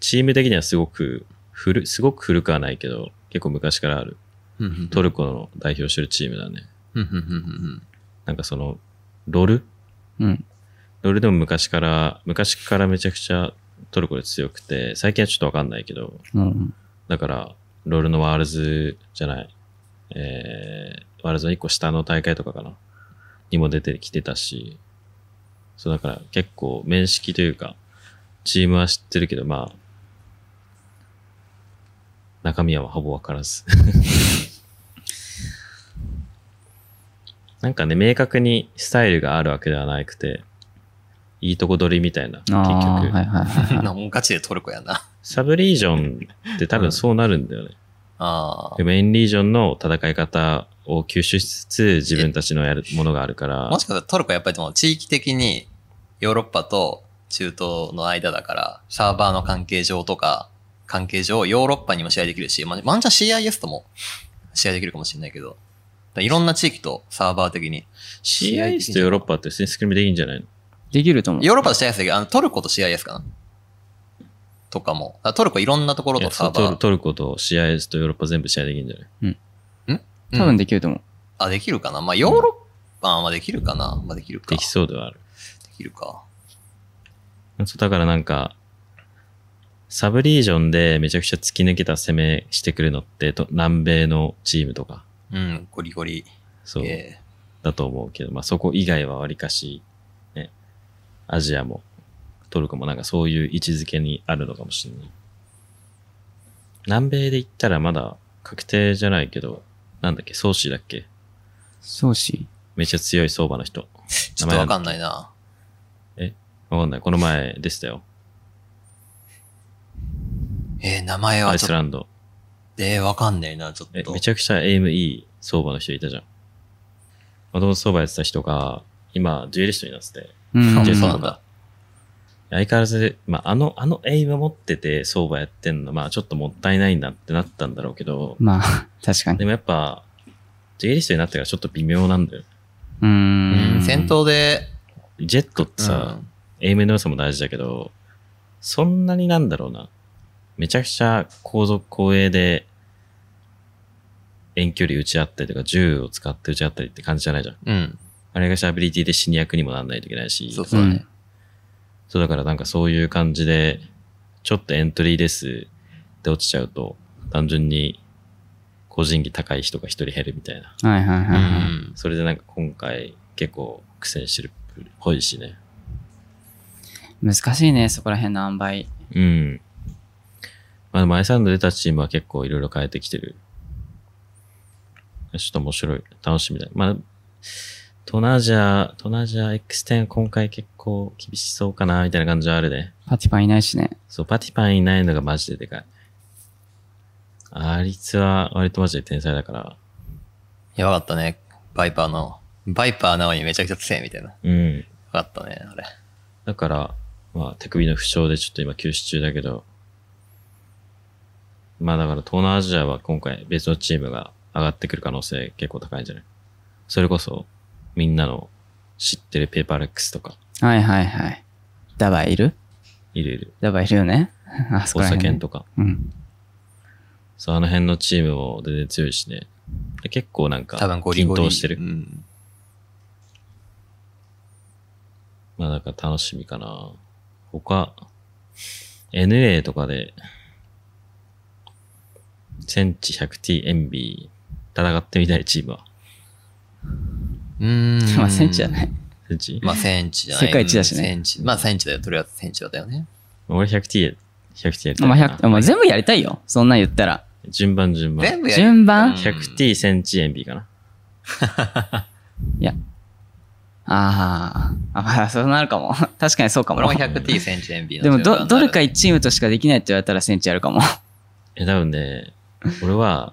S1: チーム的にはすごく古、すごく古くはないけど、結構昔からある。
S3: と
S1: トルコの代表してるチームだね。
S3: うんうんうんうん
S1: なんかその、ロル
S2: うん。
S1: ロルでも昔から、昔からめちゃくちゃトルコで強くて、最近はちょっとわかんないけど、
S2: うん。
S1: だから、ロールのワールズじゃない、えー、ワールズの一個下の大会とかかな、にも出てきてたし、そうだから結構面識というか、チームは知ってるけど、まあ、中身はほぼわからず。 なんかね、明確にスタイルがあるわけではなくて、いいとこ取りみたいな、結局。
S2: あーはいはいはい
S3: うん。
S2: はい。
S3: なんかガチでトルコやな。
S1: サブリージョンって多分そうなるんだよね。
S3: あ
S1: メインリージョンの戦い方を吸収しつつ自分たちのやるものがあるか
S3: あ。
S1: ら
S3: も、しかしたらトルコやっぱりでも地域的にヨーロッパと中東の間だから、サーバーの関係上とか、関係上、ヨーロッパにも試合できるし、まあ、ワンチャン CIS とも試合できるかもしれないけど、だからいろんな地域とサーバー的に。
S1: CIS とヨーロッパって正式にできんじゃないの
S2: できると思う。
S3: ヨーロッパと CIS だけど、あの、トルコと CIS かなとかも。あトルコいろんなところ
S1: いや
S3: とサー
S1: ト
S3: バ
S1: ル
S3: ー。
S1: トルコと CIS とヨーロッパ全部試合できんじゃない
S3: うん
S2: 多分できると思う。
S3: あ、できるかなまあ、ヨーロッパ、まあ、できるかなまあ、できるか。
S1: できそうではある。
S3: できるか。
S1: そうだからなんか、サブリージョンでめちゃくちゃ突き抜けた攻めしてくるのって、と南米のチームとか、
S3: うん、ゴリゴリ。
S1: そう、
S3: ええ
S1: だと思うけど、まあそこ以外はわりかし、ね、アジアもトルコもなんかそういう位置づけにあるのかもしれない。南米で言ったらまだ確定じゃないけど、なんだっけ、ソーシーだっけ
S2: そうし。
S1: めっちゃ強い相場の人。
S3: ちょっとわかんないな。
S1: わかんない。この前でしたよ。
S3: ええ名前
S1: ア
S3: は
S1: イ
S3: ち
S1: ス
S3: ょっ
S1: ランド。
S3: と、ええわかんないな、ちょっ
S1: え、
S3: と
S1: め。ちゃくちゃ AME 相場の人いたじゃん。もともと相場やってた人が、今、デュエリストになってて、
S2: うん。
S3: あ
S1: ジェイ
S3: そ
S1: ソ
S3: う
S1: ン
S3: な
S1: と
S3: んだ
S1: か。相変わらず、まあ、あの、あのエイム持ってて相場やってんの、まあ、ちょっともったいないなってなったんだろうけど、
S2: まあ、確かに。
S1: でもやっぱ、ジュエリストになってからちょっと微妙なんだよ。
S2: うー。
S3: うんん、戦。闘で、
S1: ジェットって
S3: う
S1: さ、
S3: ん、
S1: エイムの良さも大事だけど、そんなになんだろうな。めちゃくちゃ後続後衛で、遠距離打ち合ったりとか、銃を使って打ち合ったりって感じじゃないじゃん。
S3: うん、
S1: あれがしアビリティで死に役にもなんないといけないし。
S3: そう
S2: う
S3: そうだね
S2: ん。。
S1: そうだからなんかそういう感じで、ちょっとエントリーレスで落ちちゃうと、単純に個人技高い人が一人減るみたいな。
S2: はいはいはい
S3: うん、
S2: はい。
S1: それでなんか今回結構苦戦してるっぽいしね。
S2: 難しいね、そこら辺の塩梅。
S1: うん。まあでもアイスランド出たチームは結構いろいろ変えてきてる。ちょっと面白い。楽しみだ。まあ、東南アジア、東南アジア X10 今回結構厳しそうかな、みたいな感じはあるね。
S2: パティパンいないしね。
S1: そう、パティパンいないのがマジででかい。あいつは割とマジで天才だから。
S3: やばかったね。バイパーの。バイパーなのにめちゃくちゃ強いみたいな。よ
S1: うん。
S3: かったね、あれ。
S1: だから、まあ、手首の負傷でちょっと今休止中だけど、まあだから東南アジアは今回別のチームが上がってくる可能性結構高いんじゃないそれこそ、みんなの知ってるペーパーレックスとか、
S2: はいはいはい。ダバいる
S1: いるいる、
S2: ダバいるよね。 あそこ
S1: 大
S2: ら
S1: 阪
S2: 辺、
S1: 県とか、
S2: うん。
S1: そう、あの辺のチームも全然強いしね。で結構なんか、
S3: 多分ゴリゴリ。
S1: 均等してる
S3: う。ん。
S1: まあなんか楽しみかな。他、NA とかで、センチ 100T エンビー戦ってみたいチームは。
S3: うーん。
S2: まあ、センチじゃない。
S1: センチ、
S3: まあ、センチじゃない。
S2: 世界一だしね
S3: センチ。まあ、センチだよ。とりあえずセンチだよね。
S1: 俺 100T、100T やりたい
S2: まあ、
S1: な。
S2: 100まあ全部やりたいよ。そんなん言ったら。
S1: 順番順番。
S3: 全部やる。
S2: 順番
S3: うん
S1: 100T センチエンビーかな。
S2: いや。あーあ、まあ、そうなるかも。 確かにそうかも
S3: 俺。も 100t センチ MB の
S2: でも
S3: 順番
S2: ど、
S3: だ
S2: どれか1チームとしかできないって言われたらセンチやるかも。
S1: え、多分 ね、俺は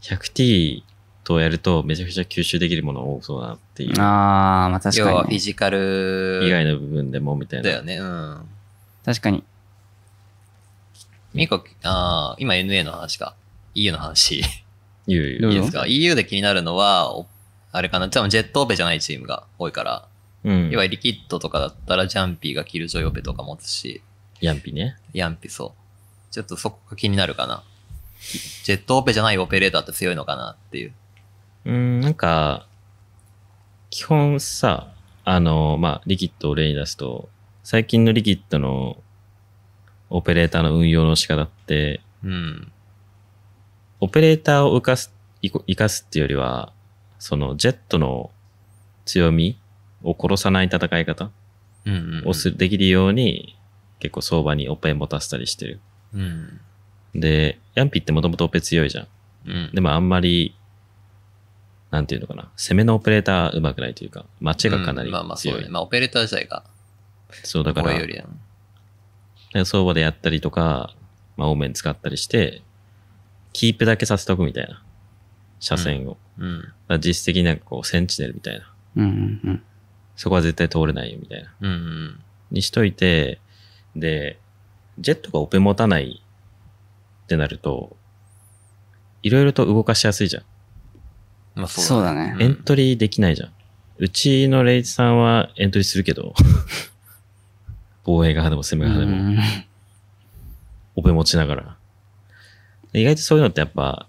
S1: 100T とやるとめちゃくちゃ吸収できるもの多そうだなっていう。
S2: ああ、まあ確
S3: 要は
S2: か
S3: フ
S2: に
S3: ィ
S2: ね。
S3: ジカル。
S1: 以外の部分でもみたい
S3: だよ
S1: な。
S3: ね。うん。
S2: 確かに。
S3: ミコ、ああ、今 NA の話か。EU の話。
S1: 言う言う
S2: ど
S3: い
S2: ぞ
S3: いですか ?EU で気になるのは、おあれかな。多分ジェットオペじゃないチームが多いから。
S1: うん
S3: 要。はリキッドとかだったらジャンピーがキルジョイオペとか持つし、
S1: ヤンピね。
S3: ヤンピそう。ちょっとそこが気になるかな。ジェットオペじゃないオペレーターって強いのかなっていう。
S1: うーん、なんか、基本さ、あの、まあ、リキッドを例に出すと、最近のリキッドのオペレーターの運用の仕方って、
S3: うん。
S1: オペレーターを浮かす、いこ生かすっていうよりは、そのジェットの強みを殺さない戦い方
S3: うんうん、うん。
S1: をする、できるように、結構相場にオペ持たせたりしてる。
S3: うん。
S1: で、ヤンピってもともとオペ強いじゃん。
S3: うん。
S1: でもあんまり、なんていうのかな、攻めのオペレーター上手くないというか、街がかな
S3: う
S1: り
S3: んまあまあそ
S1: 強
S3: うだ
S1: い。
S3: ね。まあオペレーター自体が、
S1: そう、だか
S3: こ
S1: ら
S3: れ、よりだな
S1: 相場でやったりとか、まあ、オーメン使ったりして、キープだけさせとくみたいな。斜線を。
S3: うん。
S1: だから実質的になんかこう、センチネルみたいな。
S2: うんうんうん。
S1: そこは絶対通れないよみたいな。
S3: うんうん。
S1: にしといて、で、ジェットがオペ持たないってなると、いろいろと動かしやすいじゃん。
S3: まあ
S2: そうだね
S3: うん
S1: エントリーできないじゃん。うちのレイジさんはエントリーするけ ど、防衛側でも攻め側でも、オペ持ちながら。意外とそういうのってやっぱ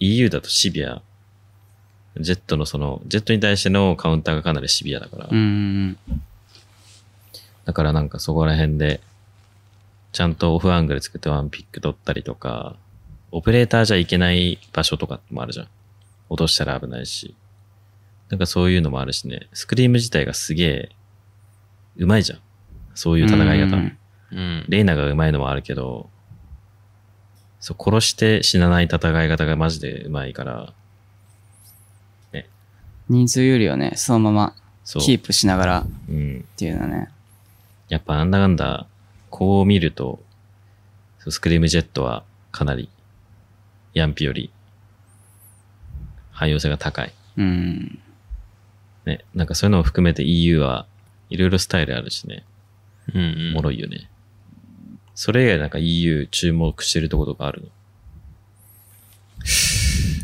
S1: EU だとシビア。ジェットのその、ジェットに対してのカウンターがかなりシビアだから。
S2: うんうん。
S1: だからなんかそこら辺で、ちゃんとオフアングル作ってワンピック取ったりとか、オペレーターじゃいけない場所とかもあるじゃん。落としたら危ないし。なんかそういうのもあるしね。スクリーム自体がすげえ、うまいじゃん。そういう戦い方。
S2: うん
S3: うん。
S1: レイナがうまいのもあるけど、そう、殺して死なない戦い方がマジでうまいから、
S2: 人数よりはね、そのまま
S1: そう。
S2: キープしながらっ
S1: うん。
S2: ていうのはね。
S1: やっぱなんだかんだ、こう見ると、そうスクリームジェットはかなり、ヤンピより、汎用性が高い。
S2: うん。
S1: ね。なんかそういうのを含めて EU はいろいろスタイルあるしね。
S3: う
S1: お
S3: んうん
S1: もろいよね。それ以外なんか EU 注目してるとことかあるの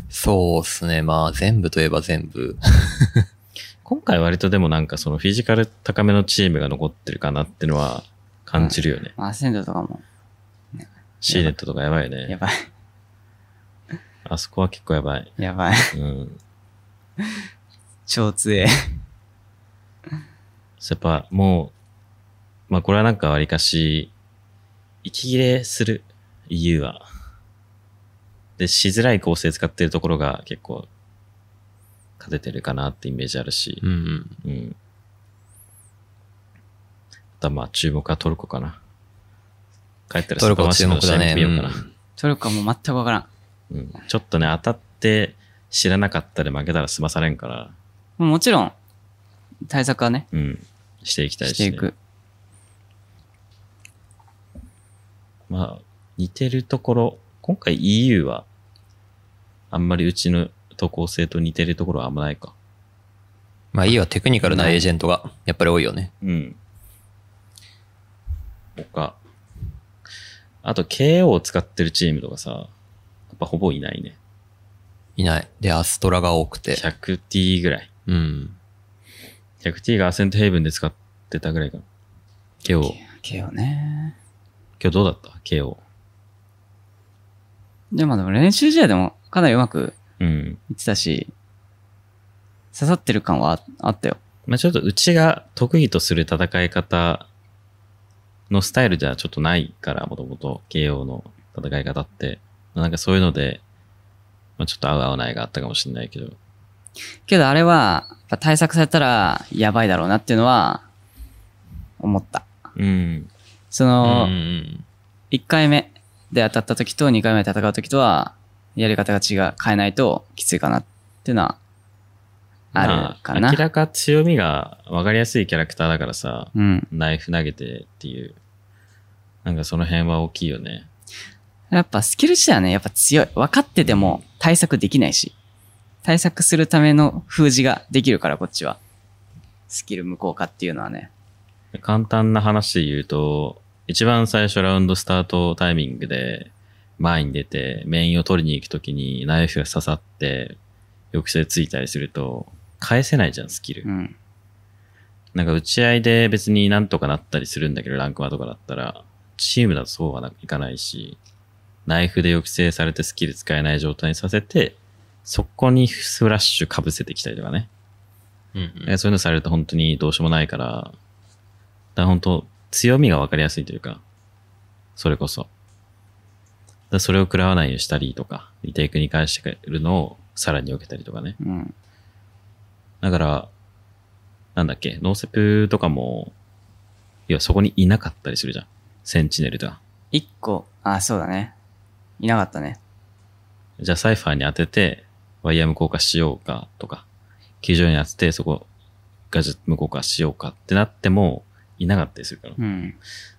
S3: そうっすね。まあ、全部といえば全部。
S1: 今回割とでもなんかそのフィジカル高めのチームが残ってるかなってのは感じるよね。
S2: まあアセンドとかも、
S1: シーネットとかやばいよ
S2: や
S1: ね。
S2: ばい。
S1: あそこは結構やばい。
S2: やばい。
S1: うん。
S2: 超強え。
S1: そうやっぱもう、まあこれはなんかわりかし、息切れする EU は。で、しづらい構成使ってるところが結構、勝ててるかなってイメージあるし
S3: う。んうん。
S1: うん。あとはまあ注目はトルコかな。帰ったら
S3: トルコ注目だね。
S1: 見ようかな。
S2: トルコはもう全くわからん。
S1: うんちょっとね、当たって知らなかったで負けたら済まされんから、
S2: もうもちろん、対策はね、
S1: うん、していきたい
S2: し
S1: してね、
S2: いく。
S1: まあ、似てるところ、今回 EU は、あんまりうちの渡航性と似てるところはあんまないか。
S3: まあ、いいわ。テクニカルなエージェントが、やっぱり多いよね。
S1: うん。他。あと、KO を使ってるチームとかさ、やっぱほぼいないね。
S3: いない。で、アストラが多くて。
S1: 100t ぐらい。
S3: うん。
S1: 100t がアセントヘイブンで使ってたぐらいかな。KO。今
S2: KO ね。
S1: 日どうだった ?KO。
S2: でもまあでも練習試合でもかなりうまく
S1: うん。
S2: いってたし、刺さってる感はあったよ。
S1: まあ、ちょっとうちが得意とする戦い方のスタイルじゃちょっとないから、もともと KO の戦い方って。まあなんかそういうので、まあ、ちょっと合う合わないがあったかもしれないけど。
S2: けどあれは、やっぱ対策されたらやばいだろうなっていうのは、思った。
S1: うん。
S2: そ
S3: うんう
S2: の、
S3: ん。
S2: 1回目で当たった時と2回目で戦う時とは、やり方が違う、変えないときついかなっていうのは、あるかな
S1: まあ明。らか強みが分かりやすいキャラクターだからさ、
S2: うん。
S1: ナイフ投げてっていう。なんかその辺は大きいよね。
S2: やっぱスキル自体はね、やっぱ強い。分かってても対策できないし。対策するための封じができるから、こっちは。スキル無効化っていうのはね。
S1: 簡単な話で言うと、一番最初ラウンドスタートタイミングで前に出てメインを取りに行くときにナイフが刺さって抑制ついたりすると返せないじゃん、スキル。
S2: うん。
S1: なんか打ち合いで別になんとかなったりするんだけど、ランクマとかだったら、チームだとそうはないかないし、ナイフで抑制されてスキル使えない状態にさせて、そこにフラッシュ被せてきたりとかね。
S3: うん
S1: えそういうのされると本当にどうしようもないから、だから本当強みが分かりやすいというか、それこそ。だからそれを食らわないようにしたりとか、リテイクに返してくれるのをさらに受けたりとかね。
S2: うん。
S1: だから、なんだっけ、ノーセプとかも、いや、そこにいなかったりするじゃん。センチネルとか。
S2: 1個、あ、そうだね。いなかったね。
S1: じゃあサイファーに当てて、ワイヤー無効化しようかとか、球場に当てて、そこ、ガジェット無効化しようかってなっても、いなかったりするから。
S2: うん。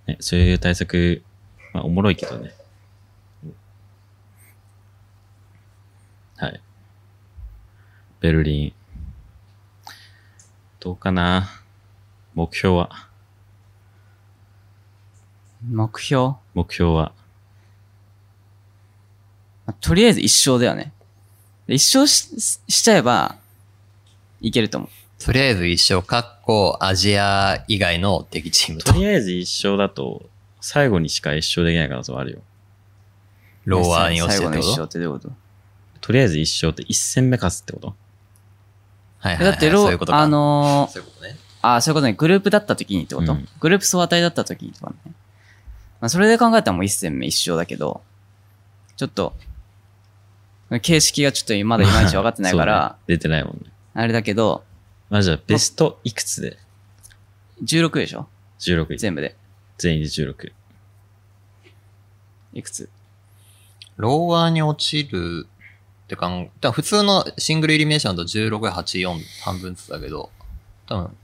S1: ね、そういう対策、まあ、おもろいけどね。はい。ベルリン。どうかな目標は、
S2: 目標
S1: 目標は、
S2: まあとりあえず一勝だよね。で一勝しししちゃえば、いけると思う。
S3: とりあえず一勝、かっこアジア以外の敵チームと
S1: と、りあえず一勝だと、最後にしか一勝できない可能性もあるよ。
S3: ローアーに落ち
S2: 最後
S3: て
S2: の
S3: って
S2: 一
S3: こと
S2: 勝ってどういうこと
S1: とりあえず一勝って一戦目勝つってこと
S3: はいはい
S2: だ
S3: はい。
S2: って
S3: そ
S2: ロ
S3: ういうこ
S2: ー、
S3: とか
S2: あのー
S3: そういうことね。
S2: あーそういうことね。グループだった時にってこと、
S1: うん
S2: グループ総当たりだった時にとかね。まあ、それで考えたらもう一戦目一勝だけど、ちょっと、形式がちょっとまだいまいち分かってない か
S1: そう
S2: ら
S1: ね、出てないもんね。
S2: あれだけど、
S1: まあじゃあ、ベストいくつで
S2: 16でしょ
S1: ?16 位。
S2: 全部で。
S1: 全員で16。
S2: いくつ
S3: ローアーに落ちるってかん、多分普通のシングルイリミネーションだと16、84半分ずつだけど、多分、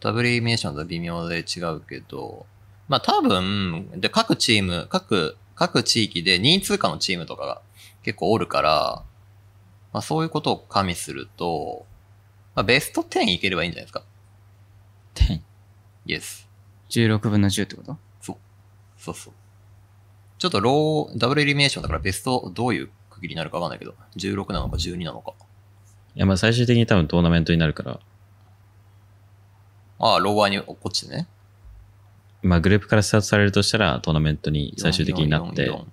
S3: ダブルイリミネーションだと微妙で違うけど、まあ多分、で、各チーム、各、各地域で2位通過のチームとかが結構おるから、まあそういうことを加味すると、まあベスト10いければいいんじゃないですか。
S1: 10。
S3: イエス。
S2: ?16 分の10ってこと
S3: そう。そうそう。ちょっとロー、ダブルエリミネーションだからベストどういう区切りになるかわかんないけど、16なのか12なのか。
S1: いや、まあ最終的に多分トーナメントになるから、
S3: ああ、ローアーに落っこちてね。
S1: まあグループからスタートされるとしたら、トーナメントに最終的になって、
S3: 4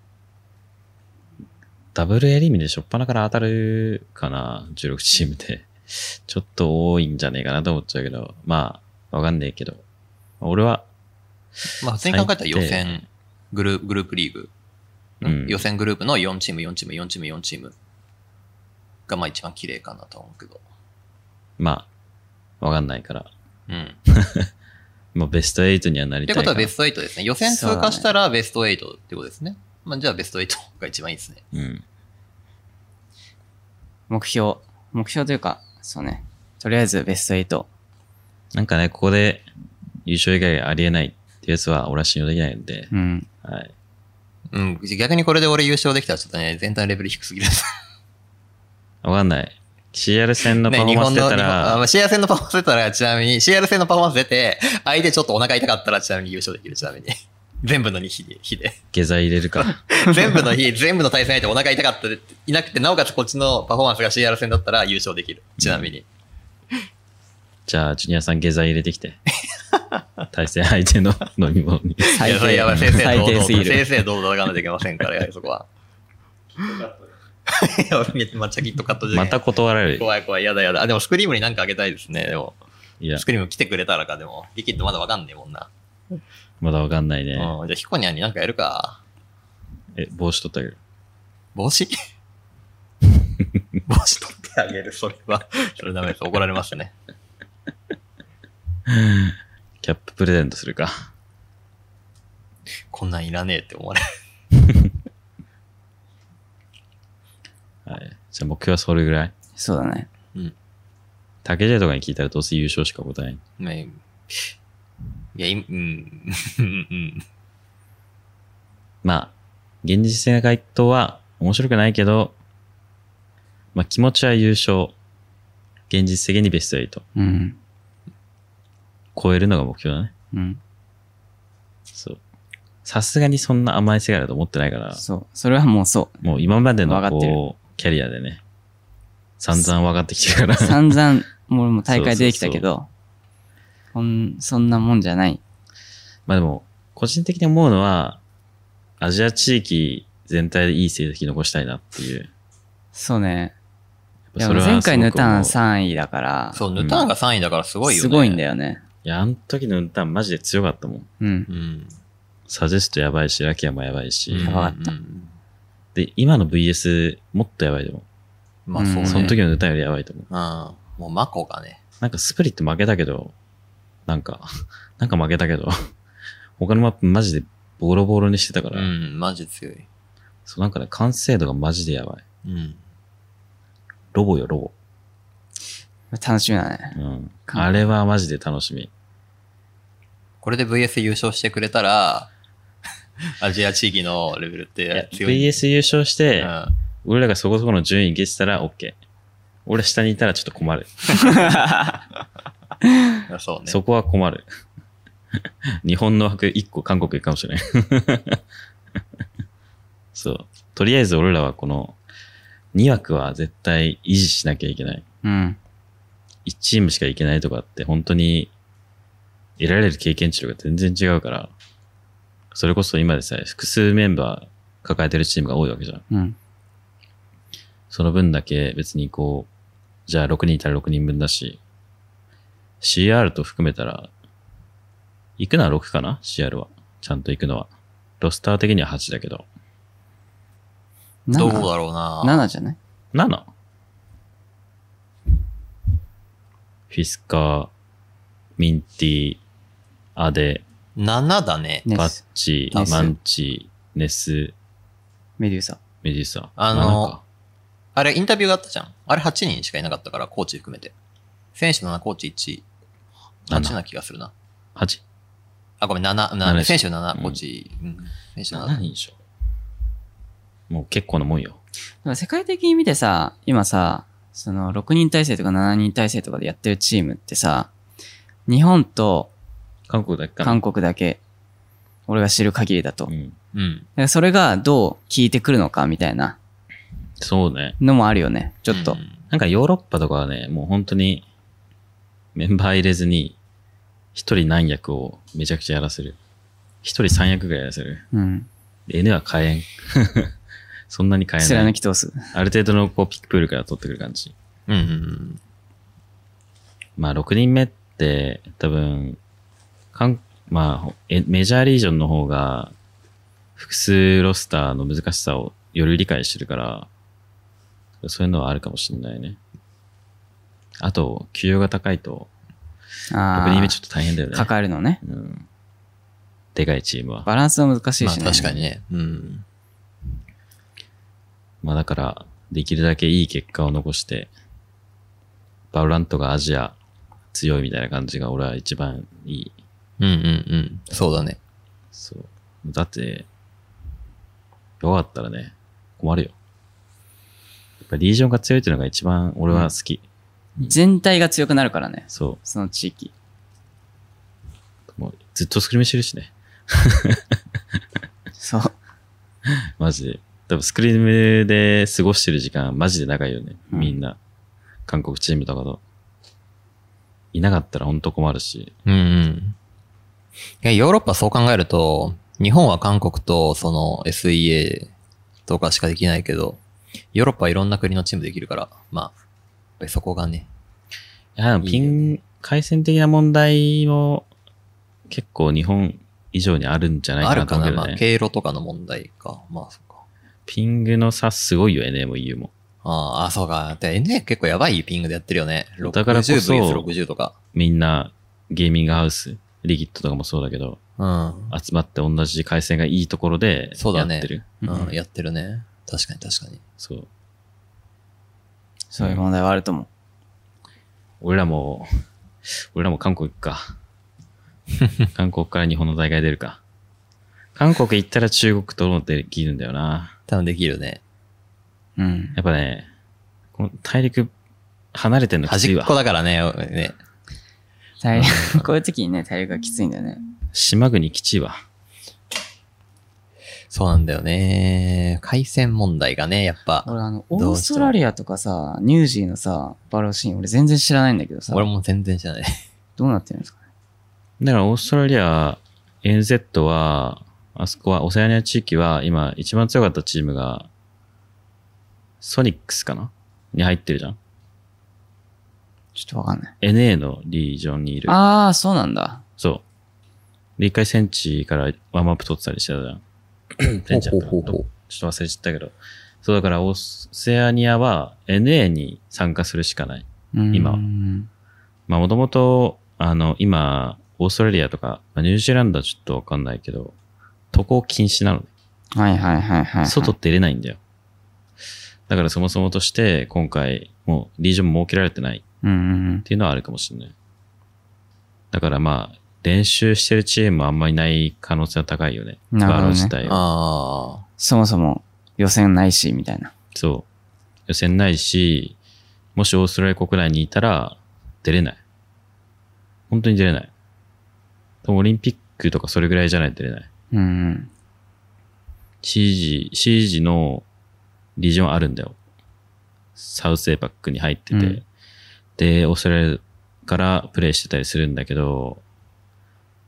S1: ダブルエリミでしょっぱなから当たるかな、16チームで。 ちょっと多いんじゃねえかなと思っちゃうけど、まあ、わかんねえけど。俺は、
S3: まあ、普通に考えたら予選、グルグループリーグ、
S1: うん
S3: 予選グループの4チーム、4チーム、4チーム、4チームがまあ一番綺麗かなと思うけど。
S1: まあ、わかんないから、
S3: うん。
S1: まあベスト8にはなり
S3: ったて
S1: いか
S3: こ
S1: ら。
S3: とはベスト8ですね。予選通過したらベスト8ってことですね。まあ、じゃあベスト8が一番いいですね。
S1: うん。
S2: 目標。目標というか、そうね。とりあえずベスト8。
S1: なんかね、ここで優勝以外ありえないっていうやつは俺は信用できないんで、
S2: うん。
S1: はい。
S3: うん。逆にこれで俺優勝できたらちょっとね、全体のレベル低すぎる。
S1: わかんない。CR 戦のパ
S3: ね、
S1: フォー
S3: 日
S1: マン
S3: 本
S1: ス出
S3: の、
S1: た
S3: 日本あま
S1: ら
S3: あ、CR 戦のパフォーマンス出たら、ちなみに、CR 戦のパフォーマンス出て、相手ちょっとお腹痛かったら、ちなみに優勝できる、ちなみに。全部の日で、日で。
S1: 下剤入れるか。
S3: 全部の日、全部の対戦相手お腹痛かったで、いなくて、なおかつこっちのパフォーマンスが CR 戦だったら優勝できる。ちなみに。
S1: じゃあ、ジュニアさん下剤入れてき て。対戦相手の飲み物 に。
S3: いや、
S2: 最
S3: それやばい、
S2: 低。
S3: 先生
S2: 最
S3: 堂
S2: 低
S3: 々
S2: す
S3: と、
S2: ぎる。
S3: 先生堂々と行かなきゃいけませんから、やはりそこは。 いや、めっちゃキットカットじゃ
S1: ま
S3: ん
S1: た断られる。
S3: 怖い怖い、やだやだ。あ、でもスクリームになんかあげたいですね、でも。
S1: いや
S3: ス、クリーム来てくれたらか、でも。リキッドまだわかんねえもんな。
S1: まだわかんないうね。
S3: ん。じゃあ、ヒコニャンになんかやるか。
S1: え、帽子取ってあげる。
S3: 帽子帽子取ってあげる、それは。それダメです。怒られますね。
S1: キャッププレゼントするか。
S3: こんなんいらねえって思われる。
S1: はい。じゃあ、目標はそれぐらい。
S2: そうだね。
S1: 竹ジェとかに聞いたらどうせ優勝しか答えん。
S3: ねいや、いうん。うん。
S1: まあ、現実性な回答は面白くないけど、まあ気持ちは優勝。現実的にベスト8。
S2: うん。
S1: 超えるのが目標だね。
S2: うん。
S1: そう。さすがにそんな甘い世界だと思ってないから、
S2: そう。それはもうそ
S1: もう今までの
S2: わかってる
S1: こう、キャリアでね、散々分かってきてるから、
S2: う。散々、俺も大会出てきたけど、こん、そんなもんじゃない。
S1: まあでも、個人的に思うのは、アジア地域全体でいい成績残したいなっていう。
S2: そうね。いや
S1: それは
S2: 前回のターン
S1: すごく思う
S2: 3位だから、
S3: そう、ヌターンが3位だからすごいよ
S2: す
S3: ね。
S2: ごいんだ。よね。
S1: いや、あの時のターンマジで強かったもん。
S2: うん
S3: う。ん。
S1: サジェストやばいし、ラキアもやばいし、
S3: うん
S2: やばかった
S3: うん
S1: で、今の VS もっとやばいと思う。
S3: まあそう
S2: うん
S3: ね。
S1: その時のヌタよりやばいと思う。
S3: うん。もうマコがね。
S1: なんかスプリット負けたけど、なんか、 なんか負けたけど、 他のマップマジでボロボロにしてたか
S3: う
S1: ら、
S3: ん、マジ強い。
S1: そうなんかね、完成度がマジでやばい。
S3: うん。
S1: ロボよ、ロボ。
S2: 楽しみだね。
S1: うん。
S2: か
S1: あれはマジで楽しみ。
S3: これで VS 優勝してくれた ら、アジア地域のレベルって強い。
S1: VS 優勝して、
S3: うん。
S1: 俺らがそこそこの順位ゲしたら OK。俺下にいたらちょっと困る。
S3: いやそうね。
S1: そこは困る。日本の枠1個韓国行くかもしれない。 そう。とりあえず俺らはこの2枠は絶対維持しなきゃいけない。
S2: うん。
S1: 1チームしかいけないとかって本当に得られる経験値とか全然違うから、それこそ今でさえ複数メンバー抱えてるチームが多いわけじゃん。
S2: うん。
S1: その分だけ別にこう、じゃあ6人いたら6人分だし、CR と含めたら、行くのは6かな ?CR は。ちゃんと行くのは。ロスター的には8だけど。
S3: どう
S2: 7
S3: だろうな。
S2: 7じゃない
S1: 7? フィスカー、ミンティ、アデ、
S3: 7だね。
S2: ネ
S1: バ
S2: ス
S1: ッ、チ
S2: ネ、ス
S1: マンチ、ネス、
S2: メデューサ。
S1: メディサ。
S3: あの
S1: 7か
S3: あれ、インタビューがあったじゃん。あれ8人しかいなかったから、コーチ含めて。選手7、コーチ1。8な気がするな。
S1: 8?
S3: あ、ごめん、7、
S1: 7
S3: 7選手
S1: う
S3: 7、
S1: ん
S3: コーチ、うん、選手
S1: 7
S3: 7。
S1: 人でしょ。もう結構なもんよ。
S2: だから世界的に見てさ、今さ、その6人体制とか7人体制とかでやってるチームってさ、日本と
S1: 韓国だけかな。
S2: 韓国だけ、俺が知る限りだと。だか
S1: うん。
S3: うん。
S2: らそれがどう効いてくるのかみたいな
S1: そうね。
S2: のもあるよね、ちょっ
S3: う
S2: と。
S3: ん
S1: なんかヨーロッパとかはね、もう本当にメンバー入れずに、一人何役をめちゃくちゃやらせる。一人三役ぐらいやらせる。
S2: うん。
S1: で N は変えん。 そんなに変えな
S2: 貫
S1: い。
S2: き通す。
S1: ある程度のこうピックプールから取ってくる感じ。
S3: うんうん。
S1: まあ6人目って多分、韓まあえメジャーリージョンの方が複数ロスターの難しさをより理解してるから、そういうのはあるかもしれないね。あと、給与が高いと、
S2: あ
S1: 6人目ちょ
S2: あ、
S1: っと大変だよね。
S2: かかるのね。
S1: うん。でかいチームは。
S2: バランスは難しい
S3: まあ
S2: しね。
S3: 確かにね。うん。
S1: まあだから、できるだけいい結果を残して、バウラントがアジア強いみたいな感じが俺は一番いい。
S3: うんうんうん。そうだね。
S1: そう。だって、弱かったらね、困るよ。やっぱリージョンが強いっていうのが一番俺は好き。
S2: 全体が強くなるからね、
S1: そ
S2: その地域。
S1: う。もうずっとスクリームしてるしね。
S2: そう。
S1: マジで。多分スクリームで過ごしてる時間、マジで長いよね。
S2: うん
S1: みんな。韓国チームとかと。いなかったらほんと困るし。
S3: うんうん。いやヨーロッパそう考えると、日本は韓国とその SEA とかしかできないけど、ヨーロッパはいろんな国のチームできるから、まあ、やっぱりそこがね。
S1: いや、でもピン、回線的な問題も結構日本以上にあるんじゃない
S3: あ
S1: か
S3: る
S1: なと
S3: か
S1: 思う
S3: な、
S1: け
S3: ま
S1: ど
S3: あ、
S1: ね。
S3: 経路とかの問題か。まあ、そっか。
S1: ピングの差すごいよ、NMEU も。
S3: あーあ、そうか。で、NA 結構やばいピングでやってるよね。60
S1: だからこそ
S3: VS60 とか。
S1: みんなゲーミングハウス、リギットとかもそうだけど、
S3: うん。
S1: 集まって同じ回線がいいところで
S3: そう
S1: や
S3: だ
S1: っ
S3: ね
S1: てる。
S3: うん、やってるね。確かに確かに。
S1: そう,、
S2: そういう問題はあると思う。
S1: 俺らも、俺らも韓国行く か。韓国から日本の大会出るか。韓国行ったら中国ともできるんだよな。
S3: 多分できるね。
S2: うん。
S1: やっぱね、この大陸離れてんのきつ
S3: 端
S1: い
S3: っ
S1: わ。
S3: こだからね。ね
S2: 体力、 こういう時にね、体力がきついんだよね。
S1: 島国基地は。
S3: そうなんだよね。回線問題がね、やっぱ。
S2: 俺あの、オー
S3: どうし
S2: ス
S3: ても
S2: トラリアとかさ、ニュージーのさ、バローシーン、俺全然知らないんだけどさ、
S3: 俺も全然知らない。
S2: どうなってるんですかね。
S1: だからオーストラリア、NZ は、あそこは、オセアニア地域は今一番強かったチームが、ソニックスかなに入ってるじゃん。
S2: ちょっとわかんない。
S1: NA のリージョンにいる。
S2: ああ、そうなんだ。
S1: そう。で、一回センチからワンマップ取ってたりしてたじゃん。センチだったか
S3: ほう
S1: な
S3: ほうほう
S1: ちょっと忘れちゃったけど。そうだから、オセアニアは NA に参加するしかない。今は
S2: うん
S1: まあ、もともと、あの、今、オーストラリアとか、まあニュージーランドはちょっとわかんないけど、渡航禁止なのね。
S2: はいはいはいはい、はい。
S1: 外って入れないんだよ。だからそもそもとして、今回、もう、リージョン設けられてないっ
S2: うんうんうん。
S1: ていうのはあるかもしれない。だからまあ、練習してるチームもあんまりない可能性は高いよね。
S2: なるほ
S1: バー
S2: どね
S1: ロー自体は。
S3: ああ。
S2: そもそも予選ないし、みたいな。
S1: そう。予選ないし、もしオーストラリア国内にいたら、出れない。本当に出れない。でもオリンピックとかそれぐらいじゃないと出れない。
S2: うんうん。
S1: CG、CG のリジョンあるんだよ。サウスエパックに入ってて。
S2: うん
S1: で、オーストラリアからプレイしてたりするんだけど、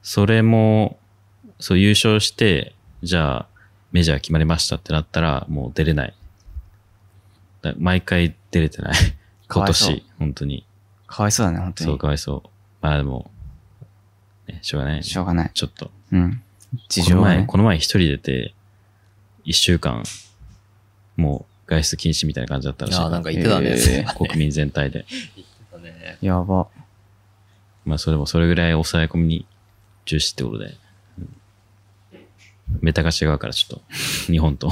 S1: それも、そう優勝して、じゃあメジャー決まりましたってなったら、もう出れない。だ毎回出れてない。
S2: か
S1: 今
S2: わいそう
S1: 年、本当に。
S2: かわいそうだね、本当
S1: そう、
S2: に。
S1: かわいそう。まあでも、ね、しょうがない、ね。
S2: しょうがない。
S1: ちょっと。
S2: うん。事
S1: こ
S2: 情
S1: の
S2: は
S1: 前、
S2: ね。
S1: この前一人出て、一週間、もう外出禁止みたいな感じだったらしい
S3: あ
S1: か
S3: あ、
S1: ら。
S3: なんか言ってたね。
S2: えー
S3: そういえばね
S1: 国民全体で。
S3: そうね
S2: やば。
S1: まあ、それもそれぐらい抑え込みに重視ってことで。うんメタが違うから、ちょっと、日本と。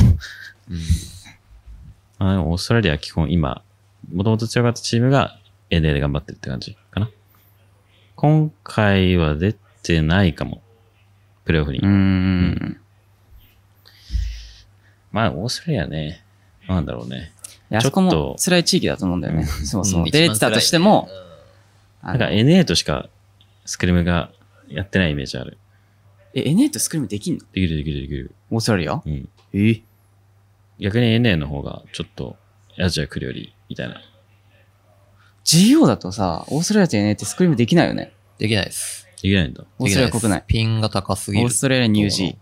S1: まあ、でもオーストラリアは基本今、もともと強かったチームが NA で頑張ってるって感じかな。今回は出てないかも。プレイオフに。
S2: うーん。
S1: まあ、オーストラリアね。なんだろうね。
S2: いやあそこ
S1: ちょっ
S2: も
S1: と
S2: 辛い地域だと思うんだよね。そううそう。
S3: ん
S2: 出れてたとしても、、あ
S1: なん
S2: の
S1: か NA としかスクリムがやってないイメージある。
S2: え、NA とスクリームできんの
S1: できるできるできる。
S2: オーストラリア
S1: うん。
S2: え
S1: 逆に NA の方がちょっとアジア来るより、みたいな。
S2: ?GO だとさ、オーストラリアと NA ってスクリームできないよね。
S3: できないです。
S1: できないんだ。
S2: オーストラリア国内
S3: できないです。ピンが高すぎ
S2: オー
S3: る。
S2: ストラリア、ニュージ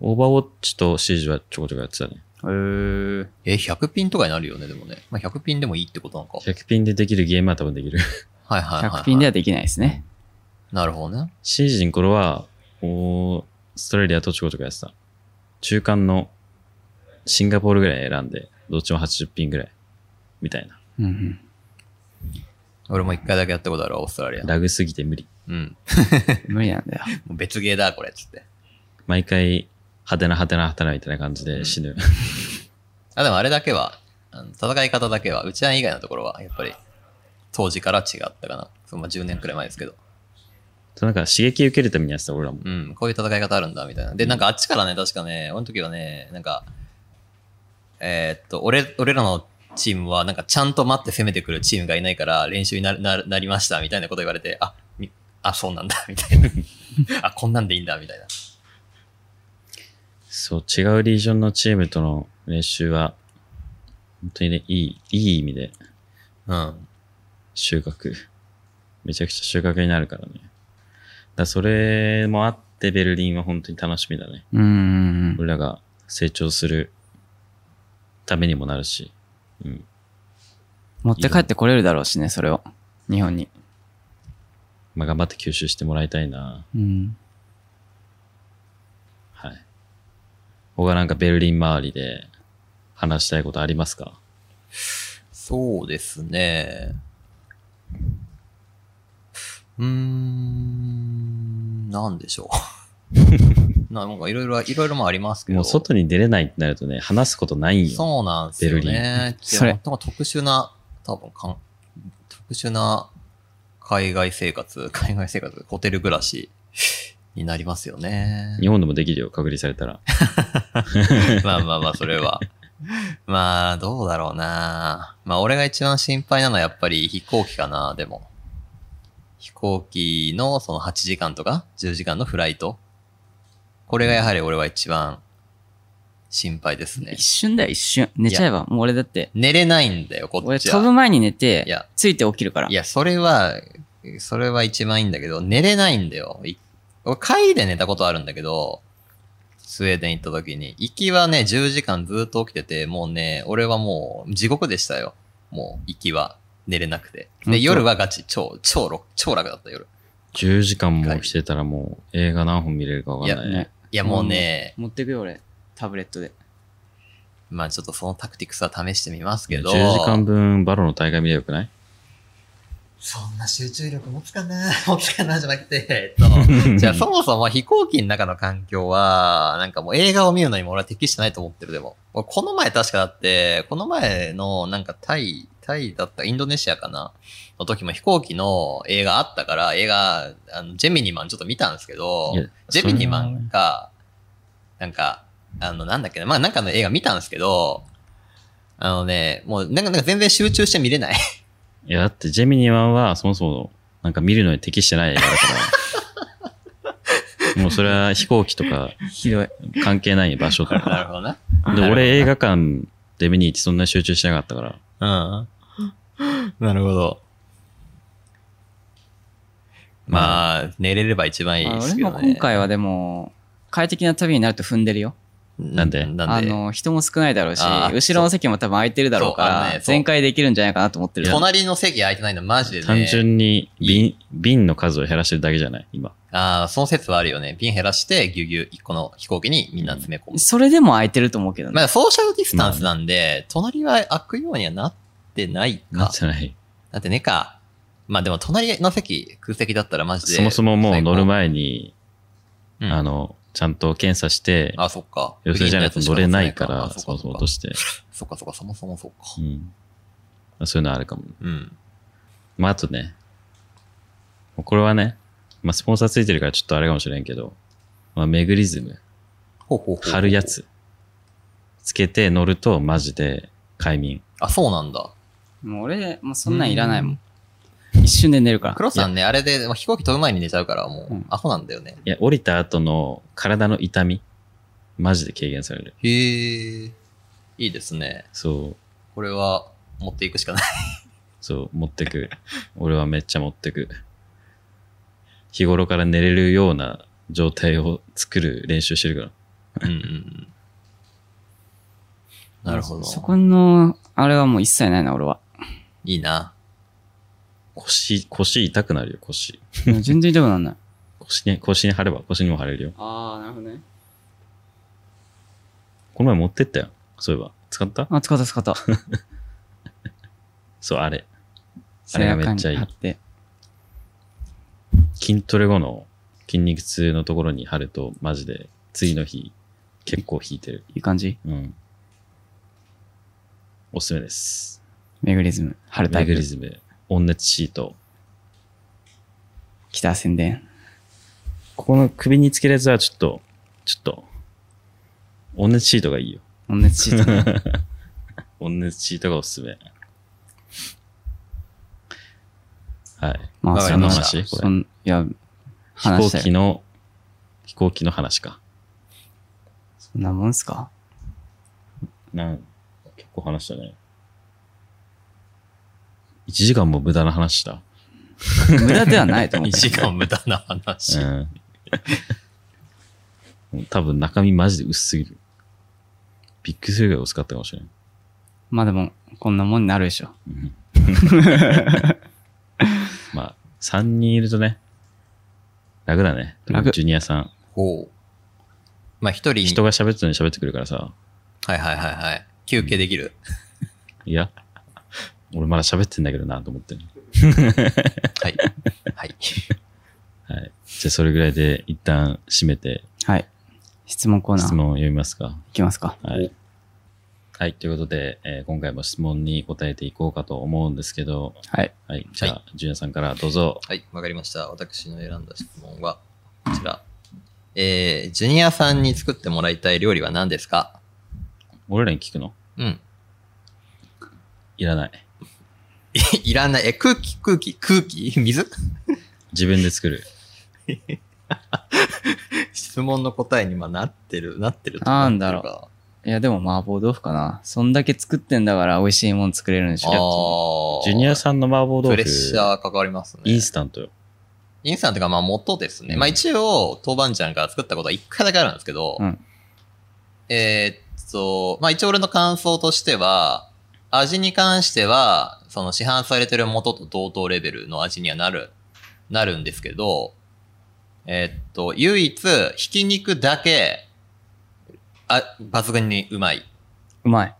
S1: オーバーウォッチとシージはちょこちょこやってたね。
S2: ー。へ
S3: え、100ピンとかになるよね、でもね。まあ、100ピンでもいいってことなのか。
S1: 100ピンでできるゲームは多分できる。
S3: はいはいはい、はい。
S2: 100ピンではできないですね。
S3: なるほどね。
S1: シージの頃は、オーストラリアとちょこちょこやってた。中間のシンガポールぐらい選んで、どっちも80ピンぐらい。みたいな。
S2: うんうん。
S3: 俺も一回だけやったことあるわ、オーストラリア。
S1: ラグすぎて無理。
S3: うん。
S2: 無理なんだよ。
S3: もう別ゲーだ、これ、つって。
S1: 毎回、派手な派手な派手なみたいな感じで死ぬ。
S3: あ、でもあれだけは、あの戦い方だけは、うちら以外のところは、やっぱり、当時から違ったかな。そうまあ、10年くらい前ですけど。
S1: そうなんか刺激受けるためにやってた俺らも。
S3: うん、こういう戦い方あるんだ、みたいな。で、なんかあっちからね、確かね、俺の時はね、なんか、えーっと、俺、俺らのチームは、なんかちゃんと待って攻めてくるチームがいないから、練習になるなるなりました、みたいなこと言われて、あ、みあ、そうなんだ、みたいな。あ、こんなんでいいんだ、みたいな。
S1: そう、違うリージョンのチームとの練習は、本当にね、いい、いい意味で
S3: うん。
S1: 収穫。めちゃくちゃ収穫になるからね。だからそれもあって、ベルリンは本当に楽しみだね。
S2: うーん。
S1: 俺らが成長するためにもなるし。うん。
S2: 持って帰ってこれるだろうしね、それを。日本に。
S1: まあ、頑張って吸収してもらいたいな。
S2: うん。
S1: はい。他なんかベルリン周りで話したいことありますか
S3: そうですね。うーん、なんで しょう。ななんかいろいろ、いろいろもありますけど。
S1: もう外に出れないってなるとね、話すことないんよ。
S3: そうなんですよ
S1: ベルリ
S3: ね。
S2: それ
S3: でもなんか特殊な、多分かん、特殊な海外生活、海外生活、ホテル暮らしになりますよね。
S1: 日本でもできるよ、隔離されたら。
S3: まあまあまあ、それは。まあ、どうだろうな。まあ、俺が一番心配なのはやっぱり飛行機かな、でも。飛行機のその8時間とか10時間のフライト。これがやはり俺は一番心配ですね
S2: 一。瞬だよ、一瞬。寝ちゃえば。もう俺だって。
S3: 寝れないんだよ、こっ
S2: 俺
S3: ち
S2: 飛
S3: は。
S2: ぶ前に寝
S3: い
S2: て
S3: や、
S2: ついて起きるから
S3: い。や、それは、それは一番いいんだけど、寝れないんだよ。い俺、帰りで寝たことあるんだけど、スウェーデン行った時に。行きはね、10時間ずっと起きてて、もうね、俺はもう地獄でしたよ。もう、行きは。寝れなくて。
S2: 本
S3: で、
S2: 当
S3: 夜はガチ、超、超楽、超楽だった夜。
S1: 10時間もしてたらもう映画何本見れるかわかんない
S3: や
S1: ね
S2: ね。
S3: いや、もうね、
S2: 持ってくよ、俺。タブレットで。
S3: まあちょっとそのタクティクスは試してみますけ
S1: 10
S3: ど。
S1: 時間分バロの大会見ればよくない
S3: そんな集中力持つかな 持つかなじゃなくて、えっ と、じゃあそもそも飛行機の中の環境は、なんかもう映画を見るのにも俺は適してないと思ってる、でも。俺この前確かだって、この前のなんかタイ、タイだった、インドネシアかなの時も飛行機の映画あったから、映画、あのジェミニマンちょっと見たんですけど
S1: いや、
S3: ジェミニマンか、なんか、あの、なんだっけな、まあなんかの映画見たんですけど、あのね、もうなんかなんか全然集中して見 れない。
S1: いや、だってジェミニマンはそもそもなんか見るのに適してない映画だから。 もうそれは飛行機とか
S2: ひどい。
S1: 関係ないよ、場所と
S3: なる
S1: か。
S3: ほどな。
S1: で、俺映画館で見に行ってそんな集中してなかったから。
S3: うん。なるほど。まあ、寝れれば一番いい
S2: あ
S3: です
S2: 俺
S3: けど
S2: も
S3: ね。
S2: 今回はでも、快適な旅になると踏んでるよ。
S1: なんで
S3: な
S2: あ
S3: んで
S2: の、人も少ないだろうし、
S3: あー
S2: 後ろの席も多分空いてるだろうか
S3: そうあの
S2: ら
S3: ね、そう
S2: 全開できるんじゃないかなと思ってる。
S3: 隣の席空いてないのマジでね。
S1: 単純に瓶、瓶の数を減らしてるだけじゃない今。
S3: ああ、その説はあるよね。瓶減らして、ぎゅうぎゅう一個の飛行機にみんな詰め込む。
S2: それでも空いてると思うけどね。
S3: まあ、ソーシャルディスタンスなんで、隣は開くようにはなってない
S1: な
S3: か
S1: っ。てない。
S3: だってねか。まあでも、隣の席、空席だったらマジで。
S1: そもそももう乗る前
S3: 前。
S1: に、
S3: うん
S1: あの、ちゃんと検査して、
S3: あ、そっか。
S1: 陽性じゃないと乗れないか
S3: あ
S1: ら、そ
S3: そ
S1: も
S3: っか
S1: そ
S3: そっ
S1: も
S3: か
S1: と。して。
S3: そっかそっか、そもそもそうか。
S1: うん。そういうのあるかも。
S3: うん。
S1: まあ、あとね、もうこれはね、まあ、スポンサーついてるからちょっとあれかもしれんけど、まあ、メグリズム、
S3: ほうほうほう
S1: 貼るや。つ、つけて乗るとマジで快眠。
S3: あ、そうなんだ。
S2: もう俺、もうそんなんいらないもん。一瞬で寝るから。
S3: 黒さんね、あれで、まあ飛行機飛ぶ前に寝ちゃうから、も
S2: う、
S3: うんアホなんだよね。
S1: いや、降りた後の体の痛み、マジで軽減される。
S3: へえ。いいですね。
S1: そう、
S3: これは、持っていくしかない。
S1: そう、持って く。俺はめっちゃ持ってく。日頃から寝れるような状態を作る練習してるから。
S3: うんうんうん。なるほど。
S2: そこの、あれはもう一切ないな、俺 は。
S3: いいな。
S1: 腰、腰痛くなるよ、腰。
S2: もう全然痛くなんない。
S1: 腰に、腰に貼れば、腰にも貼れるよ。
S2: ああ、なるほどね。
S1: この前持ってったよ。そういえば。使った
S2: あ、使った使った。
S1: そう、あれ。あれがめっちゃいい
S2: 背中に貼って。
S1: 筋トレ後の筋肉痛のところに貼ると、マジで、次の日、結構引いてる。
S2: いい感じ
S1: うん。おすすめです。
S2: メグリズム。貼るタ
S1: メ
S2: イ
S1: グ
S2: プ
S1: リ。ズム、温熱シート。
S2: 来た宣伝。
S1: ここの首につけるやつはちょっと、ちょっと、温熱シートがいいよ。
S2: 温熱シートね。
S1: 温熱シートがおすすめ。はい。
S2: まあ、
S3: わか
S2: そ
S3: り
S1: 何の
S2: の
S3: ました
S1: 話こ
S2: そ
S1: れ。
S2: ん、いや、
S1: 飛
S2: 話し
S1: 行
S2: た
S1: 機
S2: よ。
S1: の、飛行機の話か。
S2: そんなもんすか
S1: なん結構話したね。1時間も無駄な話した。
S2: 無駄ではないと思う
S3: 1 。時間無駄な話。
S1: うん。 多分中身マジで薄すぎる。びっくりするぐらい薄かったかもしれない。
S2: まあでも、こんなもんになるでしょ。
S1: まあ、3人いるとね、楽だね。
S2: 楽
S1: ジュニアさん。
S3: ほう。まあ、一人に
S1: 人が喋ってるのに喋ってくるからさ。
S3: はいはいはいはい。休憩できる。
S1: いや、俺まだ喋ってんだけどなと思って。
S3: はい。はい。
S1: はい。じゃあそれぐらいで一旦締めて
S2: はい。質問コーナ
S1: 質
S2: ー、い
S1: 問を読みますか。
S2: きますか。
S1: はい。はい。ということで、えー今回も質問に答えていこうかと思うんですけど、
S2: はい。
S1: はい。じゃあ、ジュニアさんからどうぞ。
S3: はい、わかりました。私の選んだ質問は、こちら。えー、ジュニアさんに作ってもらいたい料理は何ですか
S1: 俺らに聞くの
S3: うん。
S1: いらない。
S3: いらない。え、空気、空気、空気 水
S1: 自分で作る。
S3: 質問の答えにまあなってる、なってると
S2: なんだろう
S3: ってるか
S2: いや、でも麻婆豆腐かな。そんだけ作ってんだから美味しいもん作れるんでしょ。
S3: あー
S1: ジュニアさんの麻婆豆腐。
S3: プレッシャーかかりますね。
S1: インスタントよ。
S3: インスタントがまあ元ですね。
S1: うん
S3: まあ一応、豆板醤が作ったことは一回だけあるんですけど、
S2: うん
S3: えーっと、まあ一応俺の感想としては、味に関しては、その市販されてる元と同等レベルの味にはなる、なるんですけど、えーっと、唯一、ひき肉だけ、あ、抜群にうまいう
S2: まい。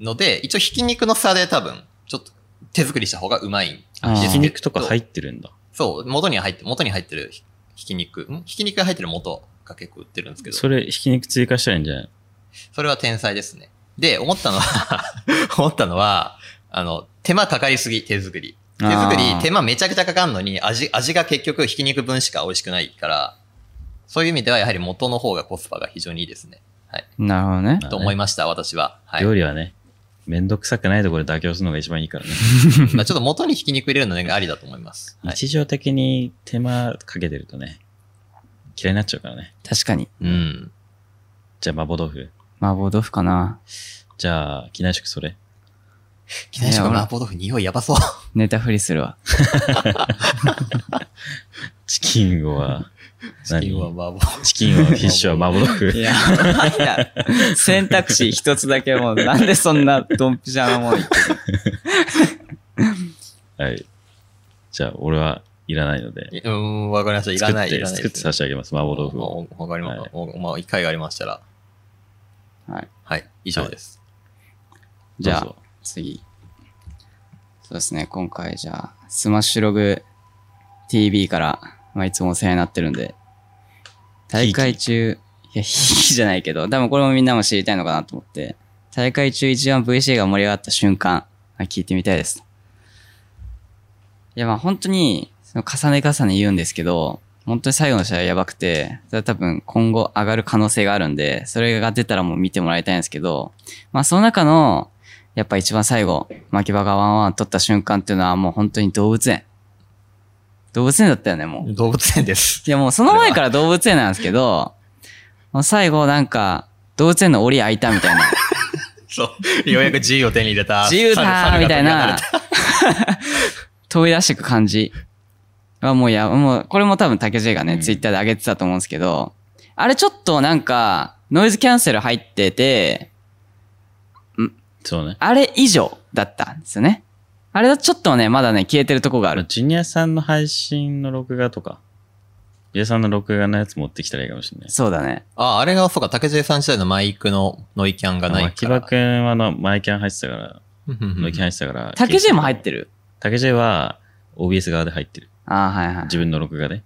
S3: ので、一応ひき肉の差で多分、ちょっと手作りした方がうまいんですけ
S2: あ
S3: ど。
S2: ー
S1: ひき肉とか入ってるんだ。
S3: そう、元には入って、元に入ってるひひき肉。んひき肉が入ってる元が結構売ってるんですけど、そ
S1: そ
S3: れ
S1: れ、ひき肉追加したらいいんじゃない
S3: は天才ですね。で、思ったのは、 思ったのは、あの、手間かかりすぎ、手作り。手作
S2: あ
S3: り、
S2: ー
S3: 手間めちゃくちゃかかんのに、味、味が結局ひき肉分しか美味しくないから、そういう意味ではやはり元の方がコスパが非常にいいですね。
S2: なるほどね。
S1: まあね
S3: と思いました、私は。はい。
S1: 料理はね、めんどくさくないところで妥協するのが一番いいからね。
S3: まあちょっと元にひき肉入れるのね、ありだと思います。はい。
S1: 日常的に手間かけてるとね、嫌いになっちゃうからね。
S2: 確かに。
S3: うん。
S1: じゃあ、麻婆豆腐。
S2: 麻婆豆腐かな。
S1: じゃあ、機内食それ。
S3: 機内食
S2: いや
S3: の
S2: 俺
S3: 麻婆豆腐匂いやばそう。
S2: ネタフリするわ。
S1: チキンは、
S3: チ
S1: 何
S3: キンは麻婆。
S1: チキンはフィッシュは麻婆豆
S2: い
S1: 腐。
S2: や、選択肢一つだけもう、なんでそんなドンピシャなもん言って
S1: はい。じゃあ、俺はいらないので。
S3: うん、わかりました。いらない。
S1: 作って、
S3: いらない
S1: 作って差し上げます、麻婆豆腐を。
S3: もうわかりま
S1: はい
S3: した。もうまあ、一回がありましたら。
S2: はい。
S3: はい。以上です。
S2: じゃ
S1: どう
S2: あ
S1: ぞ、
S2: 次。そうですね、今回じゃあ、スマッシュログ TV から、まあ、いつもお世話になってるんで、大会中、いや、ひいきじゃないけど、多分これもみんなも知りたいのかなと思って、大会中一番 VC が盛り上がった瞬間、まあ聞いてみたいです。いや、まあ本当に、その重ね重ね言うんですけど、本当に最後の試合やばくて、それは多分今後上がる可能性があるんで、それが出たらもう見てもらいたいんですけど、まあその中の、やっぱ一番最後、牧場がワンワン取った瞬間っていうのはもう本当に動物園。動物園だったよね、もう。
S3: 動物園です。
S2: いやもうその前から動物園なんですけど、もう最後なんか、動物園の檻開いたみたいな。
S3: そう。ようやく自由を手に入れた。
S2: 自由だー
S3: 猿
S2: みたい。
S3: 猿が
S2: な、飛び出してく感じはもうや、もう、これも多分竹 J がね、
S3: うん
S2: ツイッターで上げてたと思うんですけど、あれちょっとなんか、ノイズキャンセル入ってて、
S1: そうね。
S2: あれ以上だったんですよね。あれだとちょっとね、まだね、消えてるとこがあ
S1: あ
S2: る
S1: の、。ジュニアさんの配信の録画とか、ジュニアさんの録画のやつ持ってきたらいいかもしれない。
S2: そうだね。
S3: あ、あれが、そうか、竹地さん時代のマイクのノイキャンがな
S1: まあ
S3: い
S1: 木
S3: から。
S1: 場くんはあの、マイキャン入ってたから、
S3: うんうんうん
S1: ノイキャン入ってたから。
S2: 竹 J も入
S1: て
S2: ってる
S1: 竹 J は OBS 側で入ってる。
S2: ああ、はいはい。
S1: 自分の録画で。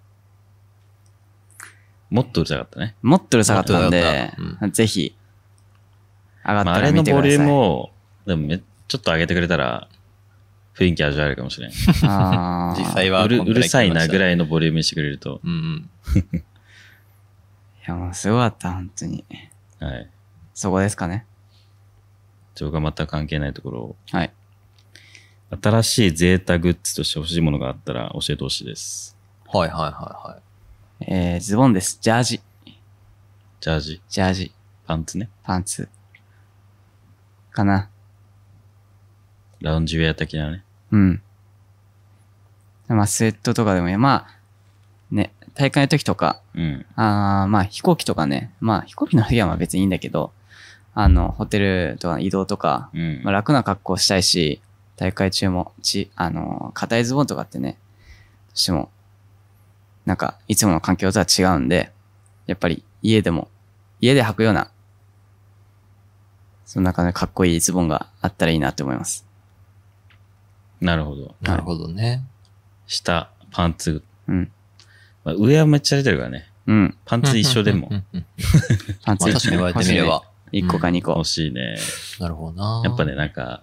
S1: もっとうるさかったね。
S2: もっとうるさかったん
S3: もっとう
S2: で
S3: るさかっ、
S2: ぜひ、上がっ
S1: まあ、
S2: た
S1: あ
S2: ら
S1: れの
S2: 見てく
S1: ボ
S2: ださ
S1: リ
S2: い。
S1: ュームを、でもめ、ちょっと上げてくれたら、雰囲気味わえるかもしれん。
S2: あー
S3: 実際は
S1: うるうるさいなぐ
S3: い。
S1: らいのボリュームにしてくれると、
S3: うんうん。
S2: いや、もうすごかった、本当に。
S1: はい。
S2: そこですかね。
S1: 情報が全く関係ないところを、
S2: はい。
S1: 新しいゼータグッズとして欲しいものがあったら教えてほしいです。
S3: はいはいはいはい。
S2: えー、ズボンです。ジャージ。
S1: ジャージ、
S2: ジャージ。
S1: パンツね。
S2: パンツ。かな。
S1: ラウンジウェア的なね。
S2: うん。まあ、スウェットとかでもいい。まあ、ね、大会の時とか、
S1: うん。
S2: あーまあ、飛行機とかね。まあ、飛行機の時はまあ別にいいんだけど、あの、ホテルとかの移動とか、
S1: うん。
S2: まあ、楽な格好したいし、大会中も、ち、あの、硬いズボンとかってね、どうしても、なんか、いつもの環境とは違うんで、やっぱり家でも、家で履くような、そんな感じでかっこいいズボンがあったらいいなと思います。
S1: なるほど。
S3: なるほどね。
S1: 下、パンツ。
S2: うん。
S1: まあ、上はめっちゃ出てるからね。
S2: うん。
S1: パンツ一緒でも
S3: う。んうんうん。
S2: パン
S3: まあ
S2: ツ
S3: 確かに言われてみれば。
S2: 1個か2個
S1: 欲。しいね。
S3: なるほどな。
S1: やっぱね、。なんか、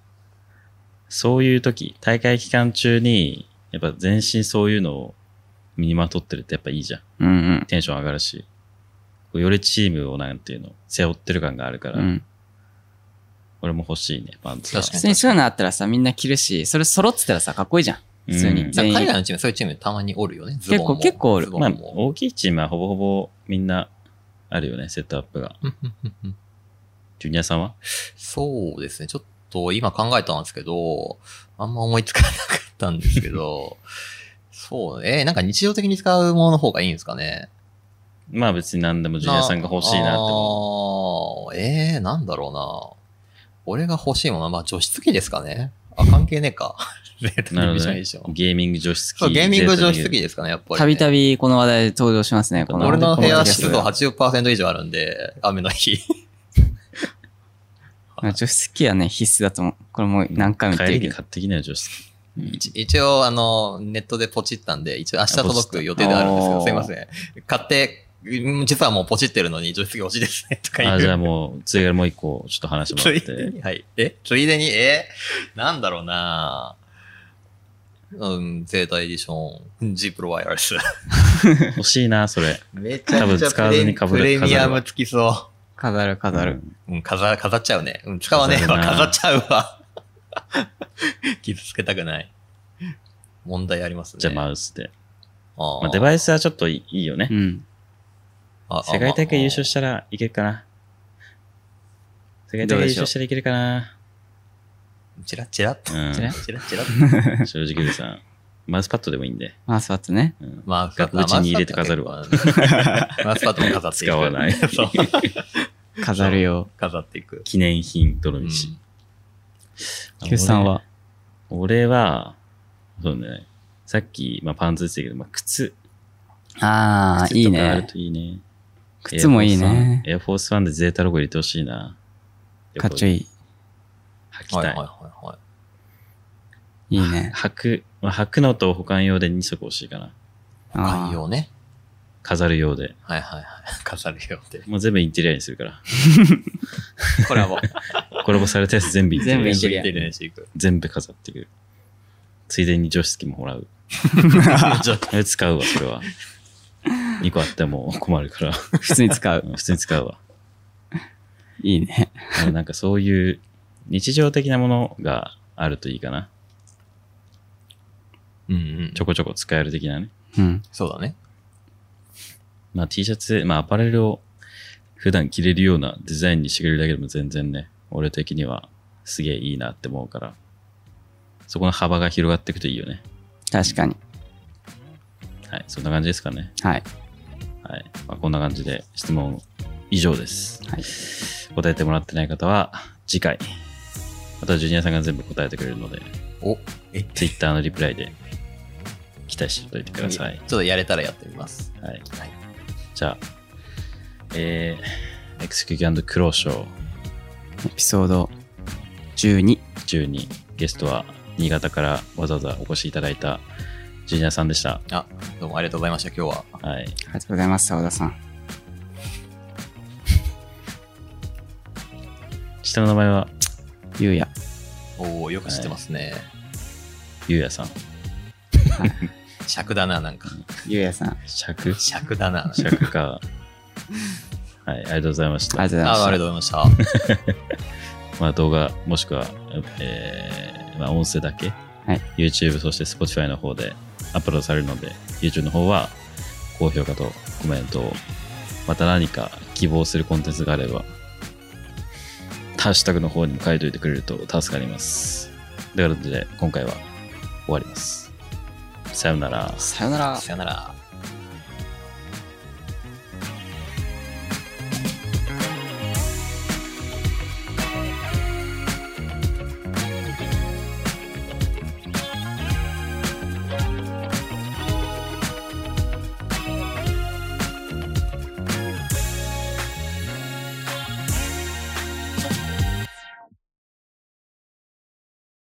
S1: そういう時、大会期間中に、やっぱ全身そういうのを身にまとってるってやっぱいいじゃん。
S2: うんうん。
S1: テンション上がるし。こうよりチームをなんていうの、背負ってる感があるか
S2: う
S1: ら、
S2: ん。
S1: 俺も欲しいね、パンツは。
S3: 確か
S2: 普通にそういうのあったらさ、みんな着るし、それ揃ってたらさ、かっこいいじゃん。普通
S1: うん
S2: に。全員。
S3: 海外のチーム、そういうチームたまにおるよね。ズボン
S2: 結構
S3: も
S2: 結構おる
S3: ズボン
S1: まあ、
S3: も
S1: 大きいチームはほぼほぼみんなあるよね、セットアップが。
S3: うんうんうんうん
S1: ジュニアさんは
S3: そうですね。ちょっと今考えたんですけど、あんま思いつかなかったんですけ ど、そう、えーなんか日常的に使うものの方がいいんですかね。
S1: まあ別に何でもジュニアさんが欲しいなって思
S3: 思う。えー、なんだろうな。俺が欲しいものは、まあ除湿機ですかね。あ、関係ねえか。 絶対
S1: う。なる
S3: に
S1: ほ
S3: し
S1: ど
S3: ない
S1: ね
S3: でしょ。。
S1: ゲーミング除湿機。
S3: そう、ゲーミング除
S1: ゼ
S3: 湿
S1: ータ
S3: 機ですかね、やっぱり、ね。
S2: たびたびこの話題で登場しますね、この。
S3: 俺の部
S2: こ
S3: 屋
S2: 時
S3: 湿度80%以上あるんで、雨の日。
S2: 除湿機はね、必須だと思う。これもう何回も言って
S1: 帰り
S2: るけ
S1: に
S2: ど。
S1: 買ってきなよ、除湿機。
S3: 一一応、あの、ネットでポチったんで、一応明日届く予定ではあるんですけ
S2: あ
S3: ど、
S2: ポ
S3: す
S2: チ
S3: い
S2: った
S3: ません。買って、うん実はもうポチってるのに、除湿機欲しいですね、とか言う。
S1: あ、じゃあもう、ついでにもう一個、ちょっと話しても
S3: つ
S1: らっ
S3: いで
S1: て。
S3: に、はい。えついでに、えなんだろうなうん、ゼータエディション、ジープロワイヤレス。
S1: 欲しいな、それ。
S3: めちゃ
S1: 多
S3: くち
S1: 分
S3: ゃプ
S1: 使わず
S3: レ
S1: に被る
S3: プレミア
S1: 飾る
S3: ム
S1: わ
S3: つきそ
S2: 飾る飾る。
S3: う。うん、飾飾っちゃうね。うん、使わねえわ、飾
S1: 飾るな
S3: っちゃうわ。 傷つけたくない。問題ありますね。
S1: じゃあマウスで。
S3: あー
S1: まあ、デバイスはちょっといいよね
S2: う。ん。
S3: あ
S1: 世界大会優勝したらいけるかな。世界大会優勝したらいけるかな。
S3: チラッチラッと。
S1: うん
S3: チラッチラッチラッと。
S1: 正直うるさん。マウスパッドでもいいんで。
S2: マウスパッドね。
S1: うん
S3: マウスパッド
S1: うちに入れて飾るわ。
S3: マウスパッドも飾っていく。
S1: 使わない
S3: そう。
S2: 飾るよ。
S3: 飾っていく。
S1: 記念品、どの
S3: う
S1: み
S3: ん
S1: ち。
S2: Q さんは
S1: 俺は、そうね、さっき、まあ、パンツ言ってたけど、まあ、靴。
S2: ああ、いい
S1: 靴とかある
S2: ね。
S1: といいね。
S2: 靴もいいね。
S1: エアフォースワンでゼータロゴ入れてほしいな。
S2: かっちょい
S1: い。
S2: い。
S1: 履き
S3: は
S1: た
S3: いは
S1: い。
S3: いはいはい。
S2: いいね。
S1: 履く、まあ、履くのと保管用で2足欲しいかな。
S2: あ
S3: 観
S2: ー
S3: 葉ね。
S1: 飾る用で。
S3: はいはいはい。飾るよって。
S1: もう全部インテリアにするから。
S3: コラボ。
S1: コラボされたやつ全部インテ
S2: 全部
S1: リ
S2: イ
S1: ア
S2: ン。テリア
S3: インテリアにしていく。
S1: 全部飾ってくる。ついでに除湿機ももらう。
S3: ちょっと
S1: あれ使うわ、それは。2個あっても困るから。
S2: 普通に使う。
S1: うん普通に使うわ。
S2: いいね。
S1: あのなんかそういう日常的なものがあるといいかな。
S3: うんうん
S1: ち。ょこちょこ使える的なね。
S2: うん。
S3: そうだね。
S1: まあ T シャツ、まあアパレルを普段着れるようなデザインにしてくれるだけでも全然ね、俺的にはすげえいいなって思うから、そこの幅が広がっていくといいよね。
S2: 確かに。
S1: はい、そんな感じですかね。
S2: はい。
S1: はい。まあ、こんな感じで質問以上です。
S2: はい。
S1: 答えてもらってない方は次回、またジュニアさんが全部答えてくれるので、
S3: お、え、
S1: Twitter のリプライで期待しておいてください。
S3: ちょっとやれたらやってみます。
S1: はい。
S3: はい
S1: じゃあ、えー、エクスキュークローショー
S2: エピソード12。
S1: 12、ゲストは新潟からわざわざお越しいただいたジュニアさんでした。
S3: あ、どうもありがとうございました、今日は。
S1: はい。
S2: ありがとうございます、澤田さん。
S1: 下の名前は
S2: ゆうや。
S3: おおよく知ってますね。
S1: ゆうやさん。
S3: 尺だな、なんか。
S2: ゆうやさん。あ
S1: 尺
S3: 尺だな。なんか
S1: 尺か。はい、ありがとうございました。
S2: りがとうございま
S3: あ、
S2: し
S3: あ
S2: た
S3: り。がとうございました。
S1: まあ、動画もしくは、えーまあ、音声だけ、
S2: はい
S1: YouTube そして Spotify の方でアップロードされるので YouTube の方は高評価とコメントをまた何か希望するコンテンツがあればハッシュタグの方にも書いておいてくれると助かりますということで今回は終わりますさようなら
S2: さよなら。
S3: さよなら。